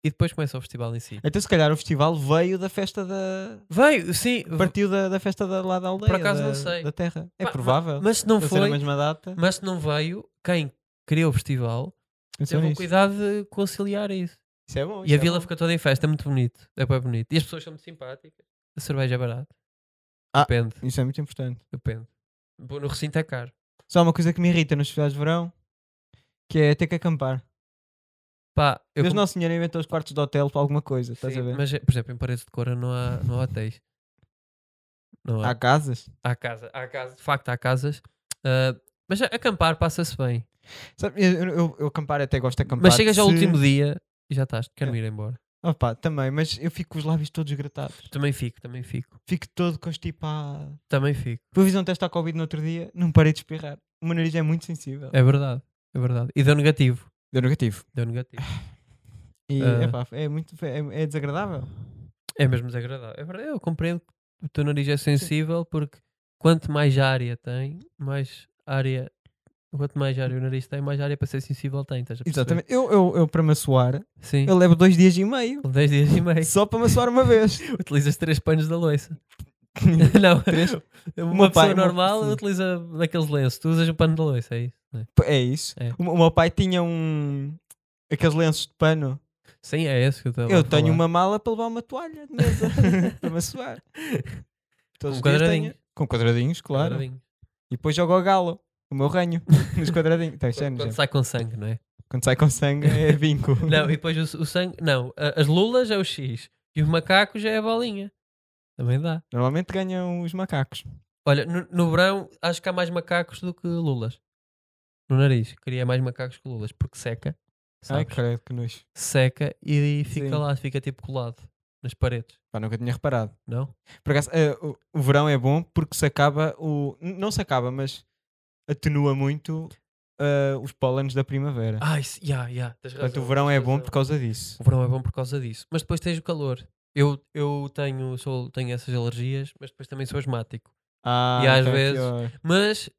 Speaker 3: E depois começa o festival em si.
Speaker 2: Então, se calhar, o festival veio da festa da.
Speaker 3: Veio, sim. v-
Speaker 2: Partiu da, da festa da, lá da aldeia.
Speaker 3: acaso
Speaker 2: da,
Speaker 3: não sei.
Speaker 2: Da terra. É
Speaker 3: pá, ma-
Speaker 2: provável.
Speaker 3: Mas se não
Speaker 2: Deve ser a
Speaker 3: foi,
Speaker 2: mesma data.
Speaker 3: mas se não veio, quem criou o festival
Speaker 2: Pensou
Speaker 3: teve um
Speaker 2: nisso.
Speaker 3: cuidado de conciliar isso.
Speaker 2: Então, Isso é bom.
Speaker 3: E
Speaker 2: isso
Speaker 3: a
Speaker 2: é
Speaker 3: vila
Speaker 2: bom.
Speaker 3: fica toda em festa, é muito bonito. É bem bonito. E as pessoas são muito simpáticas. A cerveja é barata.
Speaker 2: Ah.
Speaker 3: Depende,
Speaker 2: Isso é muito importante.
Speaker 3: depende. Bom, No recinto é caro.
Speaker 2: Só uma coisa que me irrita nos festivais de verão, que é ter que acampar.
Speaker 3: Pá, eu
Speaker 2: Deus
Speaker 3: com-
Speaker 2: Nosso Senhor inventou os quartos de hotel para alguma coisa, estás
Speaker 3: Sim,
Speaker 2: a ver?
Speaker 3: Mas, por exemplo, em Paredes de Cora não há, não há hotéis. Não é. há.
Speaker 2: Há casas.
Speaker 3: Há, casa, há casa, de facto, há casas. Ah, mas a- acampar passa-se bem.
Speaker 2: Sabe, eu, eu- eu acampar até gosto de acampar.
Speaker 3: Mas chegas ao
Speaker 2: se-
Speaker 3: último dia e já estás. Quero
Speaker 2: É.
Speaker 3: ir embora.
Speaker 2: Opa, também, mas eu fico com os lábios todos gratados.
Speaker 3: Também fico, também fico.
Speaker 2: Fico todo constipado.
Speaker 3: Também fico.
Speaker 2: Fui fazer um teste à Covid no outro dia, não parei de espirrar. O meu nariz é muito sensível.
Speaker 3: É verdade. É verdade. E deu negativo.
Speaker 2: Deu negativo.
Speaker 3: Deu negativo.
Speaker 2: E
Speaker 3: Ah.
Speaker 2: epá, é muito é, é desagradável. Hum.
Speaker 3: É mesmo desagradável. É verdade, eu compreendo que o teu nariz é sensível porque quanto mais área tem, mais área. Quanto mais área o nariz tem, mais área para ser sensível tem. Estás a perceber?
Speaker 2: Exatamente. Eu, eu, eu para maçoar,
Speaker 3: Sim.
Speaker 2: eu levo dois dias e meio.
Speaker 3: 10 dias e meio.
Speaker 2: Só para maçoar uma vez.
Speaker 3: Utilizas 3 panos da louça. não,
Speaker 2: Três?
Speaker 3: Uma
Speaker 2: Uma
Speaker 3: pessoa
Speaker 2: pai- uma-
Speaker 3: normal
Speaker 2: sim.
Speaker 3: utiliza daqueles lenços. Tu usas um pano da louça, é isso? não é?
Speaker 2: É isso.
Speaker 3: É.
Speaker 2: O, o meu pai tinha um. aqueles lenços de pano.
Speaker 3: Sim, é esse que eu estava
Speaker 2: eu
Speaker 3: a
Speaker 2: tenho
Speaker 3: falar.
Speaker 2: uma mala para levar uma toalha de mesa para maçoar. Todos
Speaker 3: Com
Speaker 2: os dias
Speaker 3: quadradinhos.
Speaker 2: tenho- Com quadradinhos, claro.
Speaker 3: Quadradinho.
Speaker 2: E depois jogo ao galo, o meu ranho, nos quadradinhos. Tem
Speaker 3: Quando,
Speaker 2: anos,
Speaker 3: quando
Speaker 2: é.
Speaker 3: sai com sangue, não é?
Speaker 2: Quando sai com sangue é vinco.
Speaker 3: Não, e depois o, o sangue. Não, a- as lulas é o X e os macacos é a bolinha. Também dá.
Speaker 2: Normalmente ganham os macacos.
Speaker 3: Olha, no, no verão acho que há mais macacos do que lulas. No nariz. Queria mais macacos que lulas, porque seca.
Speaker 2: Ai,
Speaker 3: Sabes?
Speaker 2: credo, que nojo.
Speaker 3: seca e, fica
Speaker 2: Sim.
Speaker 3: lá, fica tipo colado nas paredes,
Speaker 2: Pá, nunca tinha reparado.
Speaker 3: não?
Speaker 2: Por acaso, eh, o, o verão é bom porque se acaba o... n- Não se acaba, mas atenua muito eh, os pólenes da primavera.
Speaker 3: Ah, isso, já, já, tens
Speaker 2: É. Portanto,
Speaker 3: razão,
Speaker 2: o verão
Speaker 3: tens
Speaker 2: é bom
Speaker 3: razão.
Speaker 2: por causa disso.
Speaker 3: O verão é bom por causa disso. Mas depois tens o calor. Eu, eu tenho, sou, tenho essas alergias, mas depois também sou asmático.
Speaker 2: Ah,
Speaker 3: E às
Speaker 2: então é
Speaker 3: vezes-
Speaker 2: pior.
Speaker 3: Mas,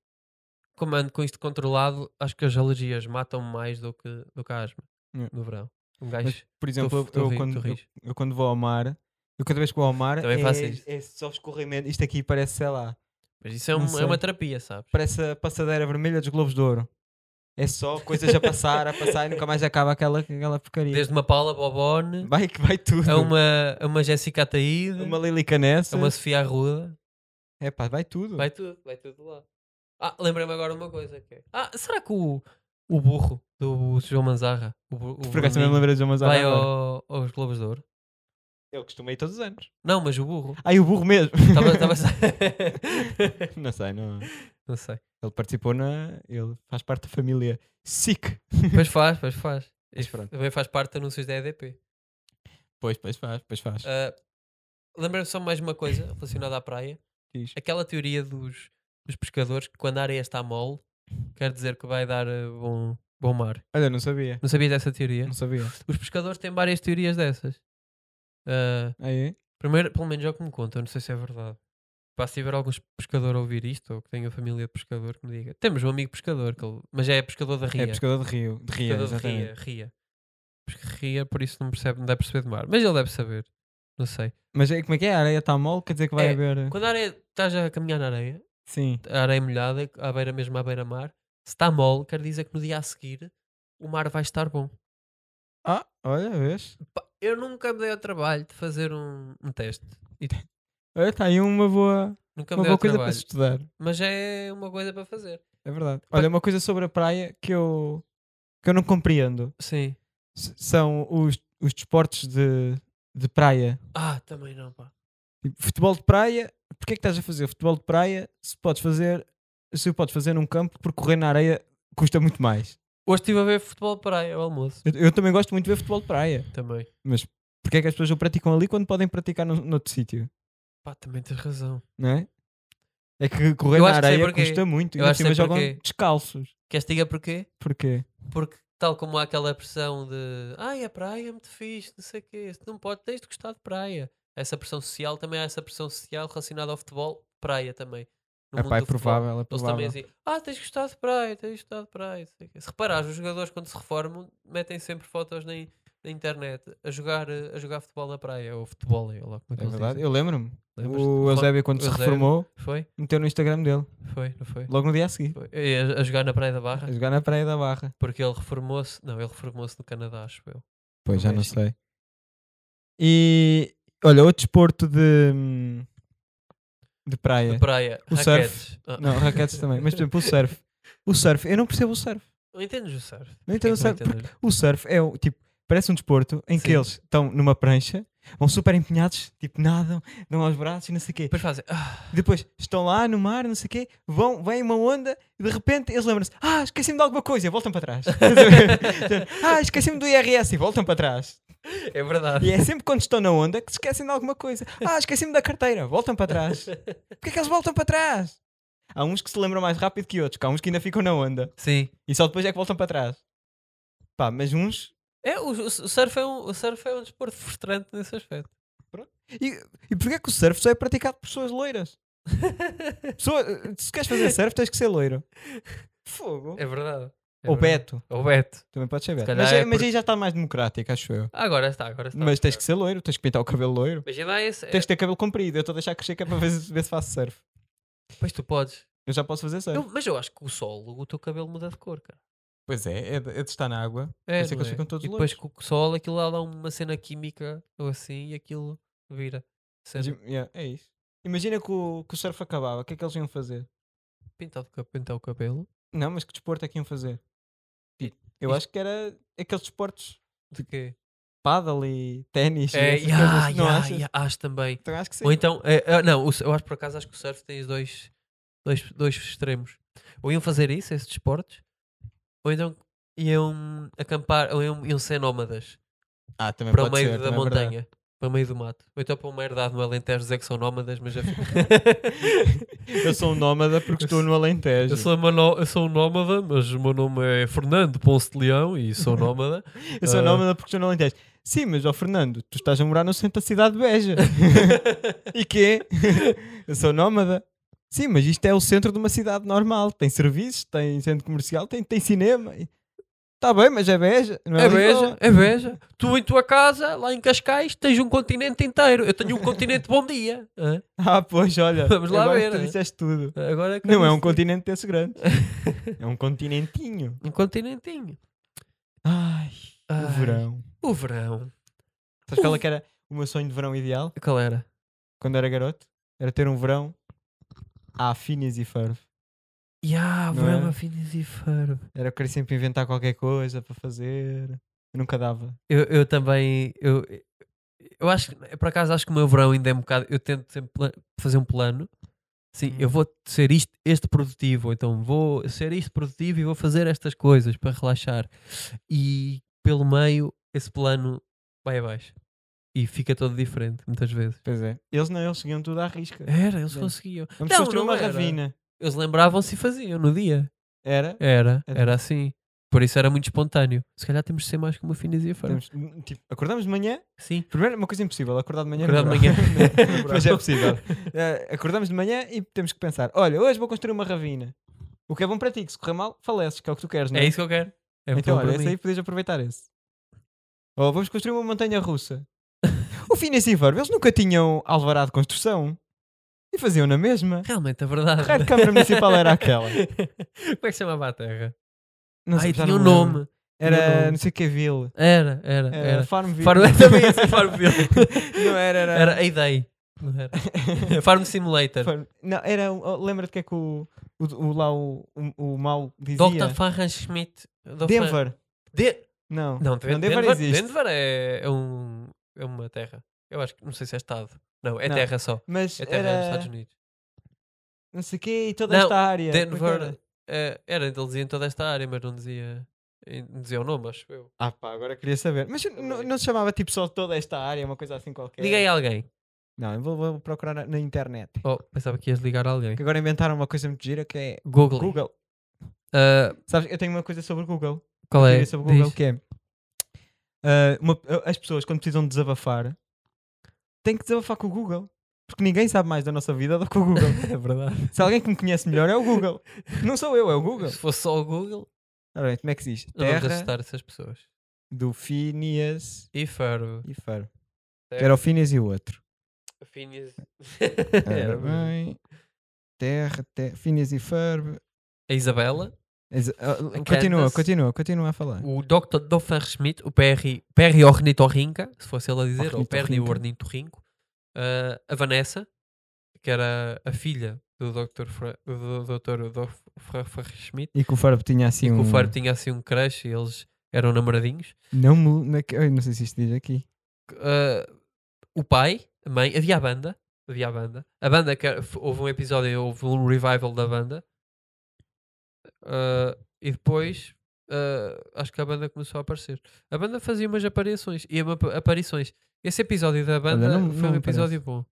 Speaker 3: como ando com isto controlado, acho que as alergias matam-me mais do que, do que a asma
Speaker 2: Yeah.
Speaker 3: no verão. Um
Speaker 2: É. Mas,
Speaker 3: gajo.
Speaker 2: por exemplo, eu-
Speaker 3: tu- tu
Speaker 2: eu,
Speaker 3: ri- tu
Speaker 2: quando, eu,
Speaker 3: ris.
Speaker 2: eu quando vou ao mar, eu cada vez que vou ao mar
Speaker 3: Também
Speaker 2: é,
Speaker 3: faço isso.
Speaker 2: é só escorrimento. Isto aqui parece, sei lá,
Speaker 3: Mas isso é,
Speaker 2: não
Speaker 3: um- é uma
Speaker 2: sei.
Speaker 3: terapia, sabes?
Speaker 2: parece a passadeira vermelha dos Globos de Ouro. É só coisas a passar, a passar e nunca mais acaba aquela, aquela porcaria.
Speaker 3: Desde É um uma Paula Bobone
Speaker 2: Vai que vai tudo.
Speaker 3: a uma, a uma Jéssica
Speaker 2: A
Speaker 3: Ataíde,
Speaker 2: É uma Lili Canessa.
Speaker 3: a É uma Sofia Arruda.
Speaker 2: É pá, vai tudo.
Speaker 3: Vai tudo, vai tudo lá. Ah, lembrei-me agora de uma coisa. que é- Ah, será que o, o burro do João Manzarra, o, bur- o
Speaker 2: Por acaso também me
Speaker 3: Bruninho,
Speaker 2: lembrei de uma Zara
Speaker 3: vai
Speaker 2: agora.
Speaker 3: ao- aos Globos de Ouro?
Speaker 2: Eu costumei todos os anos.
Speaker 3: Não, mas o burro.
Speaker 2: Ai, o burro mesmo.
Speaker 3: Estava, estava...
Speaker 2: Não sei, não.
Speaker 3: Não sei.
Speaker 2: Ele participou na. Ele faz parte da família SIC.
Speaker 3: Pois faz, pois faz.
Speaker 2: Mas pronto.
Speaker 3: Também faz parte de anúncios da EDP.
Speaker 2: Pois, pois faz, pois faz.
Speaker 3: Ah, lembrei-me só mais uma coisa relacionada à praia.
Speaker 2: Diz.
Speaker 3: aquela teoria dos, dos pescadores que quando a areia está mole, quer dizer que vai dar eh, bom, bom mar.
Speaker 2: Olha, não sabia.
Speaker 3: Não sabias dessa teoria?
Speaker 2: Não sabia.
Speaker 3: Os pescadores têm várias teorias dessas. Ah,
Speaker 2: Aí?
Speaker 3: primeiro, pelo menos é o que me contam, não sei se é verdade. Pá, se tiver algum pescador a ouvir isto, ou que tenha família de pescador, que me diga. Temos um amigo pescador, que ele- mas é pescador da ria.
Speaker 2: É pescador de rio. De rio,
Speaker 3: pescador de
Speaker 2: exatamente.
Speaker 3: ria, ria. Porque ria, por isso não, percebe, não deve perceber de mar. Mas ele deve saber, não sei.
Speaker 2: Mas é- como é que é? A areia está mole, quer dizer que vai
Speaker 3: É,
Speaker 2: haver.
Speaker 3: Quando a areia, estás a caminhar na areia,
Speaker 2: Sim.
Speaker 3: a areia molhada, é à beira mesmo à beira-mar, se está mole, quer dizer que no dia a seguir o mar vai estar bom.
Speaker 2: Ah, olha, vês?
Speaker 3: Pá, Eu nunca me dei ao trabalho de fazer um, um teste. E
Speaker 2: Olha, está aí uma boa,
Speaker 3: Nunca me
Speaker 2: uma
Speaker 3: deu
Speaker 2: boa coisa para
Speaker 3: trabalho.
Speaker 2: se estudar.
Speaker 3: Mas é uma coisa para fazer.
Speaker 2: É verdade. Olha, uma coisa sobre a praia que eu, que eu não compreendo
Speaker 3: Sim.
Speaker 2: S- são os, os desportos de, de praia.
Speaker 3: Ah, também não, pá.
Speaker 2: Tipo, Futebol de praia, porquê é que estás a fazer futebol de praia se podes fazer, se o podes fazer num campo porque correr na areia custa muito mais?
Speaker 3: Hoje estive a ver futebol de praia, ao almoço.
Speaker 2: Eu, eu também gosto muito de ver futebol de praia,
Speaker 3: Também.
Speaker 2: mas porquê é que as pessoas o praticam ali quando podem praticar no, noutro sítio?
Speaker 3: Pá, também tens razão.
Speaker 2: Não é? É que correr
Speaker 3: Eu
Speaker 2: na
Speaker 3: acho que sei
Speaker 2: areia
Speaker 3: porquê.
Speaker 2: custa muito.
Speaker 3: Eu
Speaker 2: e
Speaker 3: acho que
Speaker 2: ainda por cima
Speaker 3: sei
Speaker 2: jogam
Speaker 3: porquê.
Speaker 2: descalços.
Speaker 3: Queres te diga porquê?
Speaker 2: Porquê?
Speaker 3: Porque tal como há aquela pressão de ai, a praia é muito fixe, não sei o quê, se não pode, tens de gostar de praia. Essa pressão social, também há essa pressão social relacionada ao futebol, praia também. No
Speaker 2: Ah,
Speaker 3: mundo
Speaker 2: pá, é
Speaker 3: do futebol.
Speaker 2: provável, é
Speaker 3: Eles
Speaker 2: provável.
Speaker 3: também dizem, ah, tens de gostar de praia, tens de gostar de praia. não sei o quê. Se reparares, os jogadores quando se reformam, metem sempre fotos na, in- na internet a jogar, eh, a jogar futebol na praia, ou futebol, olha lá como é que
Speaker 2: É
Speaker 3: eles
Speaker 2: verdade,
Speaker 3: dizem.
Speaker 2: eu lembro-me.
Speaker 3: Lembras-te?
Speaker 2: O
Speaker 3: Ro-
Speaker 2: Eusébio, quando se
Speaker 3: Eusébio.
Speaker 2: reformou,
Speaker 3: Foi?
Speaker 2: meteu no Instagram dele,
Speaker 3: Foi, não foi?
Speaker 2: logo no dia a seguir,
Speaker 3: Foi. Eh, A, a jogar na Praia da Barra,
Speaker 2: a jogar na Praia da Barra.
Speaker 3: porque ele reformou-se, não, ele reformou-se no Canadá, acho eu.
Speaker 2: Pois,
Speaker 3: No
Speaker 2: já não
Speaker 3: México.
Speaker 2: sei. E, olha, outro desporto de, de praia.
Speaker 3: Na praia,
Speaker 2: É. O surf.
Speaker 3: raquetes. Ah.
Speaker 2: Não, raquetes também, mas por exemplo, o surf. O surf, eu não percebo o surf.
Speaker 3: Não entendes o surf.
Speaker 2: Não
Speaker 3: Quem
Speaker 2: entendo
Speaker 3: é
Speaker 2: o
Speaker 3: que não
Speaker 2: surf. porque
Speaker 3: entende?
Speaker 2: O surf é o tipo, parece um desporto em
Speaker 3: Sim.
Speaker 2: que eles estão numa prancha, vão super empenhados, tipo, nadam, dão aos braços e não sei o quê.
Speaker 3: Depois fazem. "Ah,
Speaker 2: Depois estão lá no mar, não sei o quê, vão, vem uma onda e de repente eles lembram-se: Ah, esqueci-me de alguma coisa, e voltam para trás. ah, esqueci-me do IRS e voltam para trás.
Speaker 3: é verdade.
Speaker 2: E é sempre quando estão na onda que se esquecem de alguma coisa. Ah, esqueci-me da carteira, voltam para trás. Porquê é que eles voltam para trás? Há uns que se lembram mais rápido que outros, que há uns que ainda ficam na onda
Speaker 3: Sim.
Speaker 2: e só depois é que voltam para trás. Pá, mas uns.
Speaker 3: É, o, o- o surf é um, o surf é um desporto frustrante nesse aspecto.
Speaker 2: E, e porquê é que o surf só é praticado por pessoas loiras? Pessoa- se queres fazer surf, tens que ser loiro. Fogo.
Speaker 3: É verdade. É
Speaker 2: Ou
Speaker 3: verdade.
Speaker 2: Beto.
Speaker 3: Ou Beto.
Speaker 2: Também pode ser Beto.
Speaker 3: calhar
Speaker 2: Mas,
Speaker 3: é
Speaker 2: é- mas
Speaker 3: por-
Speaker 2: aí já está mais democrático, acho eu.
Speaker 3: Ah, Agora está, agora está.
Speaker 2: mas tens que ser loiro, tens que pintar o cabelo loiro.
Speaker 3: Imagina esse.
Speaker 2: Tens que ter cabelo comprido. Eu estou a deixar crescer que é para ver, se- ver se faço surf.
Speaker 3: Pois tu podes.
Speaker 2: Eu já posso fazer surf.
Speaker 3: Eu- mas eu acho que o sol, o teu cabelo muda de cor, cara.
Speaker 2: Pois é, é de, é de estar na água.
Speaker 3: É,
Speaker 2: Por isso é que
Speaker 3: não
Speaker 2: eles ficam todos
Speaker 3: E depois com o sol, aquilo lá dá uma cena química ou assim e aquilo vira.
Speaker 2: Mas
Speaker 3: Cena,
Speaker 2: im- yeah, é isso. Imagina que o, que o surf acabava. O que é que eles iam fazer?
Speaker 3: pintar, o ca- pintar o cabelo.
Speaker 2: Não, mas que desporto é que iam fazer? Tipo, eu
Speaker 3: Isto-
Speaker 2: acho que era aqueles desportos
Speaker 3: De quê?
Speaker 2: paddle e ténis. e
Speaker 3: É,
Speaker 2: essas
Speaker 3: yeah,
Speaker 2: coisas. não
Speaker 3: yeah,
Speaker 2: achas?
Speaker 3: yeah, acho também.
Speaker 2: Então acho que sim.
Speaker 3: Ou então, eh, eh, não, o su- eu acho por acaso acho que o surf tem os dois, dois, dois extremos. Ou iam fazer isso, esses desportos, ou então iam acampar, ou iam, iam ser nómadas
Speaker 2: Ah, também
Speaker 3: para o
Speaker 2: pode
Speaker 3: meio
Speaker 2: ser,
Speaker 3: da
Speaker 2: também é verdade.
Speaker 3: montanha, para o meio do mato. Ou então para uma herdade no Alentejo dizer que são nómadas, mas já fica-
Speaker 2: Eu sou um nómada porque estou no Alentejo.
Speaker 3: eu, sou uma nó- eu sou um nómada, mas o meu nome é Fernando Ponce de Leão e sou nómada.
Speaker 2: Eu sou um
Speaker 3: Ah.
Speaker 2: nómada porque estou no Alentejo. Sim, mas ó Fernando, tu estás a morar no centro da cidade de Beja.
Speaker 3: É
Speaker 2: e quê? Eu sou nómada. Sim, mas isto é o centro de uma cidade normal. Tem serviços, tem centro comercial, tem, tem cinema. Está bem, mas é Beja. Não é,
Speaker 3: É
Speaker 2: Lisboa.
Speaker 3: beija, é beija. Tu em tua casa, lá em Cascais, tens um continente inteiro. Eu tenho um continente bom dia. hã?
Speaker 2: Ah, pois, olha.
Speaker 3: Vamos lá
Speaker 2: agora
Speaker 3: ver,
Speaker 2: Tu
Speaker 3: né?
Speaker 2: disseste tudo.
Speaker 3: Agora que eu
Speaker 2: Não é um
Speaker 3: disse.
Speaker 2: continente desse grande. É um continentinho.
Speaker 3: Um continentinho.
Speaker 2: Ai, o
Speaker 3: Ai,
Speaker 2: verão.
Speaker 3: O verão.
Speaker 2: Sabes qual é que era o meu sonho de verão ideal?
Speaker 3: Qual era?
Speaker 2: quando era garoto, era ter um verão à finis e ferve.
Speaker 3: Ya,
Speaker 2: Não é?
Speaker 3: verão
Speaker 2: era?
Speaker 3: a finis e ferro.
Speaker 2: Era querer sempre inventar qualquer coisa para fazer. Eu nunca dava.
Speaker 3: Eu, eu também. Eu, eu acho que, eu por acaso, acho que o meu verão ainda é um bocado. Eu tento sempre pla- fazer um plano. Sim,
Speaker 2: Hum.
Speaker 3: eu vou ser isto, este produtivo. ou Então vou ser isto produtivo e vou fazer estas coisas para relaxar. E pelo meio, esse plano vai abaixo. E fica todo diferente, muitas vezes.
Speaker 2: Pois é. Eles não, eles seguiam tudo à risca.
Speaker 3: Era, eles
Speaker 2: Não.
Speaker 3: conseguiam.
Speaker 2: Vamos
Speaker 3: Não,
Speaker 2: construir
Speaker 3: não
Speaker 2: uma
Speaker 3: era.
Speaker 2: ravina.
Speaker 3: Eles lembravam-se e faziam no dia.
Speaker 2: Era?
Speaker 3: Era,
Speaker 2: Era.
Speaker 3: era assim. Por isso era muito espontâneo. Se calhar temos de ser mais como a Finis e a Ferb.
Speaker 2: Temos- tipo, acordamos de manhã.
Speaker 3: Sim.
Speaker 2: Primeiro, uma coisa impossível, acordar de manhã.
Speaker 3: Acordar
Speaker 2: no
Speaker 3: de
Speaker 2: verão.
Speaker 3: manhã.
Speaker 2: Não, Mas é possível. Eh, acordamos de manhã e temos que pensar: olha, hoje vou construir uma ravina. O que é bom para ti, que se correr mal, faleces, que é o que tu queres, não
Speaker 3: É isso que eu quero. É
Speaker 2: Então,
Speaker 3: então,
Speaker 2: olha,
Speaker 3: para
Speaker 2: esse
Speaker 3: mim.
Speaker 2: aí podias aproveitar esse. Ou vamos construir uma montanha russa. o Phineas e Ferb, eles nunca tinham alvará de construção. E faziam na mesma.
Speaker 3: Realmente, a verdade.
Speaker 2: Que raio de Câmara Municipal era aquela?
Speaker 3: Como é que se chamava a terra?
Speaker 2: Não
Speaker 3: Ai,
Speaker 2: já
Speaker 3: tinha
Speaker 2: não me
Speaker 3: um
Speaker 2: lembro.
Speaker 3: nome. tinha um
Speaker 2: Era
Speaker 3: nome.
Speaker 2: não sei o que Ville.
Speaker 3: Era, era,
Speaker 2: Era,
Speaker 3: era.
Speaker 2: Farmville.
Speaker 3: Farm... Também esse Farmville.
Speaker 2: não era, era.
Speaker 3: Era a ideia. Não era. Farm Simulator.
Speaker 2: Farm- Não, era. um- oh, Lembra-te o que é que o, o, o lá o, o, o mal dizia?
Speaker 3: Dr. Farran Schmidt. Dr.
Speaker 2: Denver.
Speaker 3: De-
Speaker 2: Não.
Speaker 3: Não, Denver,
Speaker 2: Denver
Speaker 3: Denver,
Speaker 2: existe.
Speaker 3: Denver é, é um, é uma terra. Eu acho que não sei se é Estado. Não, é
Speaker 2: Não.
Speaker 3: terra só.
Speaker 2: Mas
Speaker 3: É terra dos Estados
Speaker 2: era.
Speaker 3: Unidos.
Speaker 2: Não sei o quê e toda
Speaker 3: Não,
Speaker 2: esta área. Como é que
Speaker 3: Denver
Speaker 2: era?
Speaker 3: eh, era, ele dizia em toda esta área, mas não dizia, eh, não dizia o nome, acho eu.
Speaker 2: Ah pá, agora queria saber. Mas não, não se chamava tipo só toda esta área, uma coisa assim qualquer.
Speaker 3: Liguei a alguém.
Speaker 2: Não, eu vou, vou procurar na- na internet.
Speaker 3: Oh, pensava que ias ligar a alguém.
Speaker 2: Que agora inventaram uma coisa muito gira que é
Speaker 3: Google.
Speaker 2: Google.
Speaker 3: Ah,
Speaker 2: Sabes, eu tenho uma coisa sobre o Google.
Speaker 3: qual é?
Speaker 2: teoria sobre o Google
Speaker 3: Diz.
Speaker 2: que é ah, uma- as pessoas quando precisam desabafar têm que desabafar com o Google porque ninguém sabe mais da nossa vida do que o Google
Speaker 3: É verdade.
Speaker 2: se alguém que me conhece melhor é o Google não sou eu, é o Google
Speaker 3: Se fosse só o Google,
Speaker 2: Ora bem, como é que se diz?
Speaker 3: não vamos
Speaker 2: Terra
Speaker 3: assustar essas pessoas.
Speaker 2: do Phineas
Speaker 3: E Ferb.
Speaker 2: e Ferb que era o Phineas e o outro
Speaker 3: Phineas.
Speaker 2: Ora
Speaker 3: Era mesmo.
Speaker 2: bem terra, terra Phineas e Ferb
Speaker 3: a Isabela,
Speaker 2: Exa- ah,
Speaker 3: Candace.
Speaker 2: continua, continua, continua a falar
Speaker 3: o Dr. Dofer Schmidt, o PR, PR Ornitorrinca, se fosse ele a dizer, ou
Speaker 2: Ornitorrinca.
Speaker 3: Perni Ornitorrinco, ah, a Vanessa, que era a filha do Dr. Fra, do Dr. Dofer Schmidt.
Speaker 2: e que o Ferb tinha assim
Speaker 3: e que
Speaker 2: um
Speaker 3: o Faro tinha assim um crush e eles eram namoradinhos.
Speaker 2: não, me- na- ai, não sei se isto diz aqui
Speaker 3: Ah, o pai, a mãe, havia a banda. Havia a banda. A banda que era- f- houve um episódio, houve um revival da banda. Ah, e depois ah, acho que a banda começou a aparecer. A banda fazia umas aparições e uma- aparições. Esse episódio da banda
Speaker 2: não-
Speaker 3: foi
Speaker 2: não
Speaker 3: um
Speaker 2: me
Speaker 3: episódio bom.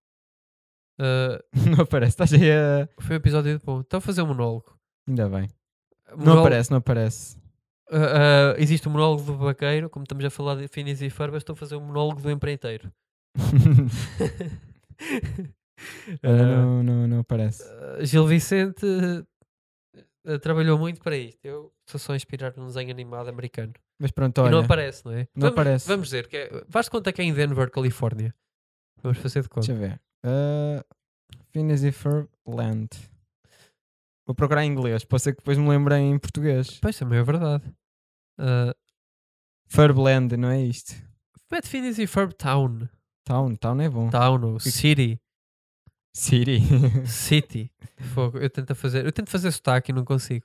Speaker 3: Ah,
Speaker 2: não aparece, estás aí a...
Speaker 3: foi um episódio bom. Estão a fazer um monólogo.
Speaker 2: ainda bem Não
Speaker 3: Monólogo-
Speaker 2: aparece, não aparece.
Speaker 3: Ah, ah, existe o monólogo do vaqueiro, como estamos a falar de finis e farbas, estou a fazer o monólogo do empreiteiro.
Speaker 2: Ela
Speaker 3: Ah,
Speaker 2: não, não, não aparece.
Speaker 3: ah, Gil Vicente ah, trabalhou muito para isto. Eu estou só a inspirar num desenho animado americano.
Speaker 2: Mas pronto,
Speaker 3: e
Speaker 2: olha.
Speaker 3: não aparece, não é?
Speaker 2: não
Speaker 3: vamos,
Speaker 2: aparece.
Speaker 3: vamos dizer que é. Faz de conta que é em Denver, Califórnia. Vamos fazer de
Speaker 2: Deixa
Speaker 3: conta.
Speaker 2: eu ver. Ah, Phineas e Ferb Land. Vou procurar em inglês, pode ser que depois me lembrem em português.
Speaker 3: Pois também é verdade. Ah,
Speaker 2: Ferbland, não é isto?
Speaker 3: mete Finis e Ferb Town.
Speaker 2: Town, town é bom.
Speaker 3: Town ou City.
Speaker 2: City.
Speaker 3: City. Fogo. Eu tento fazer, eu tento fazer sotaque e não consigo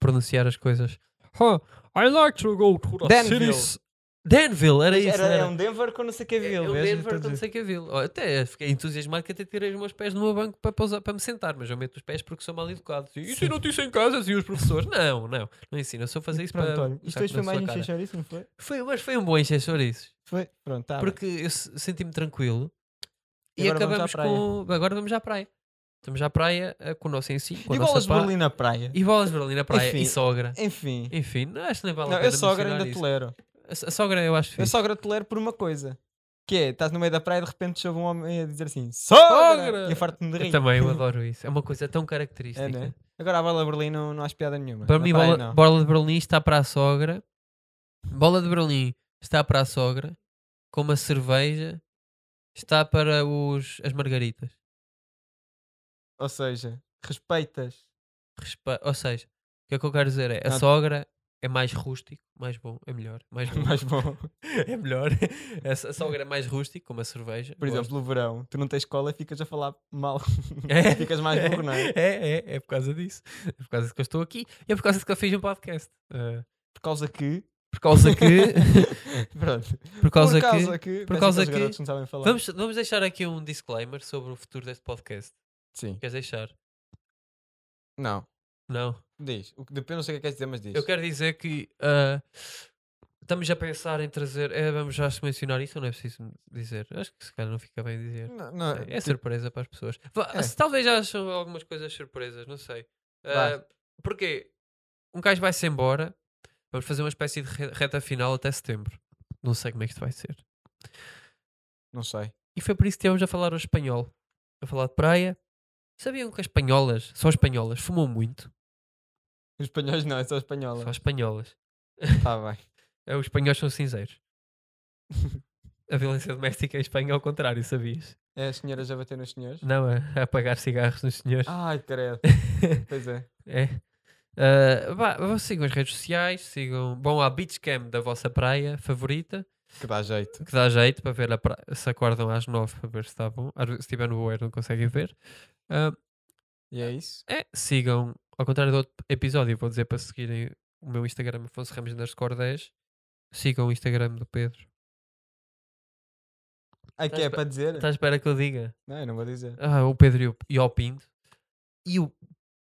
Speaker 3: pronunciar as coisas. Huh, I like to go to the
Speaker 2: Danville.
Speaker 3: cities. Danville, era isso.
Speaker 2: Era,
Speaker 3: Era,
Speaker 2: um Denver com não sei que
Speaker 3: É,
Speaker 2: vil.
Speaker 3: eu Denver, quando sei que é Ville. Oh, até fiquei entusiasmado que até tirei os meus pés do meu banco para, pousar- para me sentar, mas eu meto os pés porque sou mal educado. E
Speaker 2: Sim.
Speaker 3: ensinam-te isso em casa, e os professores? Não, não, não ensina. Só fazer isso para.
Speaker 2: Isto
Speaker 3: puxar
Speaker 2: hoje foi
Speaker 3: na
Speaker 2: mais
Speaker 3: sua
Speaker 2: um
Speaker 3: cara.
Speaker 2: xixar, isso não foi?
Speaker 3: Foi, mas foi um bom enchechor isso.
Speaker 2: Foi. Pronto, tá.
Speaker 3: Porque eu se- senti-me tranquilo.
Speaker 2: E
Speaker 3: E,
Speaker 2: agora vamos à
Speaker 3: acabamos com. Agora vamos à praia. Estamos à praia eh, com o nosso ensino.
Speaker 2: bem. E bolas de Berlim na praia.
Speaker 3: E bolas de Berlim na praia.
Speaker 2: Enfim.
Speaker 3: E sogra.
Speaker 2: Enfim.
Speaker 3: Enfim, não, acho que nem vale a
Speaker 2: Não,
Speaker 3: pena.
Speaker 2: eu sogra
Speaker 3: mencionar
Speaker 2: ainda
Speaker 3: isso.
Speaker 2: te lero.
Speaker 3: A- A sogra eu acho
Speaker 2: Eu
Speaker 3: fixe.
Speaker 2: só gratulero por uma coisa. Que é, estás no meio da praia e de repente chove um homem a dizer assim Sogra!
Speaker 3: Sogra!
Speaker 2: E a farto-me de
Speaker 3: Eu
Speaker 2: rir.
Speaker 3: também eu adoro isso. É uma coisa tão
Speaker 2: É,
Speaker 3: característica.
Speaker 2: né? Agora a bola Berlim não, não há piada nenhuma.
Speaker 3: Para
Speaker 2: Na
Speaker 3: mim,
Speaker 2: praia,
Speaker 3: bola,
Speaker 2: não.
Speaker 3: bola de Berlim está para a sogra. Bola de Berlim está para a sogra. Com uma cerveja está para os, as margaritas.
Speaker 2: Ou seja, respeitas.
Speaker 3: Respe- Ou seja, o que é que eu quero dizer é: a
Speaker 2: Não.
Speaker 3: sogra é mais rústico, mais bom, é melhor. Mais bom.
Speaker 2: Mas bom,
Speaker 3: é melhor. A, s- a sogra é mais rústico, com uma cerveja.
Speaker 2: por exemplo, no verão, tu não tens escola e ficas a falar mal.
Speaker 3: É.
Speaker 2: ficas mais burro, não é?
Speaker 3: É, é, é por causa disso. É por causa disso que eu estou aqui. E é por causa disso que eu fiz um podcast. Ah,
Speaker 2: Por causa que.
Speaker 3: por causa que.
Speaker 2: Pronto.
Speaker 3: por causa,
Speaker 2: por causa
Speaker 3: que.
Speaker 2: que.
Speaker 3: por
Speaker 2: Peço
Speaker 3: causa
Speaker 2: aqueles
Speaker 3: que-
Speaker 2: garotos não sabem falar.
Speaker 3: Vamos, vamos deixar aqui um disclaimer sobre o futuro deste podcast.
Speaker 2: Sim.
Speaker 3: Queres deixar?
Speaker 2: Não.
Speaker 3: Não.
Speaker 2: Diz. O que- Depende, não sei o que é que queres dizer, mas diz.
Speaker 3: Eu quero dizer que ah, estamos a pensar em trazer. eh, vamos já mencionar isso ou não é preciso dizer? Acho que se calhar não fica bem dizer.
Speaker 2: Não, não, tipo,
Speaker 3: É surpresa para as pessoas. Va-
Speaker 2: Ah, É.
Speaker 3: se Talvez já acham algumas coisas surpresas, não sei.
Speaker 2: Vai.
Speaker 3: Ah, porque um gajo vai-se embora, vamos fazer uma espécie de re- reta final até setembro. Não sei como é que isto vai ser.
Speaker 2: não sei.
Speaker 3: E foi por isso que estivemos a falar o espanhol. A falar de praia. Sabiam que as espanholas, só as espanholas, fumam muito?
Speaker 2: Os espanhóis não, é só espanhola.
Speaker 3: Só as espanholas.
Speaker 2: Está bem.
Speaker 3: Ah, Os espanhóis são cinzeiros. A violência doméstica em Espanha é ao contrário, sabias?
Speaker 2: É as senhoras a bater nos senhores?
Speaker 3: Não, a, a apagar cigarros nos senhores.
Speaker 2: Ai, credo. Pois é.
Speaker 3: É. Ah, vá, vá, sigam as redes sociais, sigam. Vão à Beach Cam da vossa praia favorita.
Speaker 2: Que dá jeito.
Speaker 3: que dá jeito para ver a pra... se acordam às nove para ver se está bom. Às vezes, se estiver no bueiro, não conseguem ver. Ah,
Speaker 2: E é isso.
Speaker 3: é, sigam, ao contrário do outro episódio, vou dizer para seguirem o meu Instagram, Afonso Ramos underscore 10. Sigam o Instagram do Pedro.
Speaker 2: Aqui é
Speaker 3: Estás-
Speaker 2: para dizer?
Speaker 3: Estás Tá à espera que eu diga?
Speaker 2: Não, eu não vou dizer.
Speaker 3: Ah, o Pedro e o, e o Pinto. E o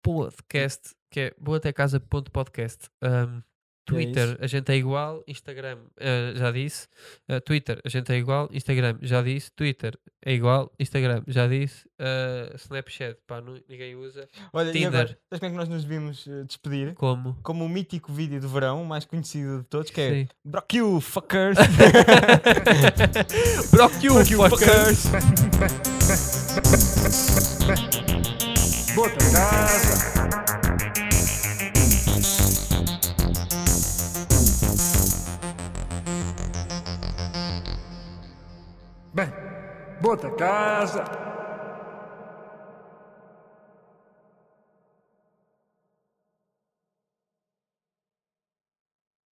Speaker 3: podcast, que é boatecasa.podcast. Um, Twitter, a gente é igual. Instagram, eh, já disse. Eh, Twitter, a gente é igual. Instagram, já disse. Twitter, é igual. Instagram, já disse. Eh, Snapchat, pá, nu- ninguém usa.
Speaker 2: Olha, e
Speaker 3: Tinder.
Speaker 2: agora, sabes como é que nós nos vimos eh, despedir?
Speaker 3: Como?
Speaker 2: Como o mítico vídeo de verão, o mais conhecido de todos, que é
Speaker 3: Sim.
Speaker 2: Brock you, fuckers!
Speaker 3: Brock you,
Speaker 2: Brock you,
Speaker 3: fucker.
Speaker 2: fuckers!
Speaker 1: bota em casa. Bem, bota em casa.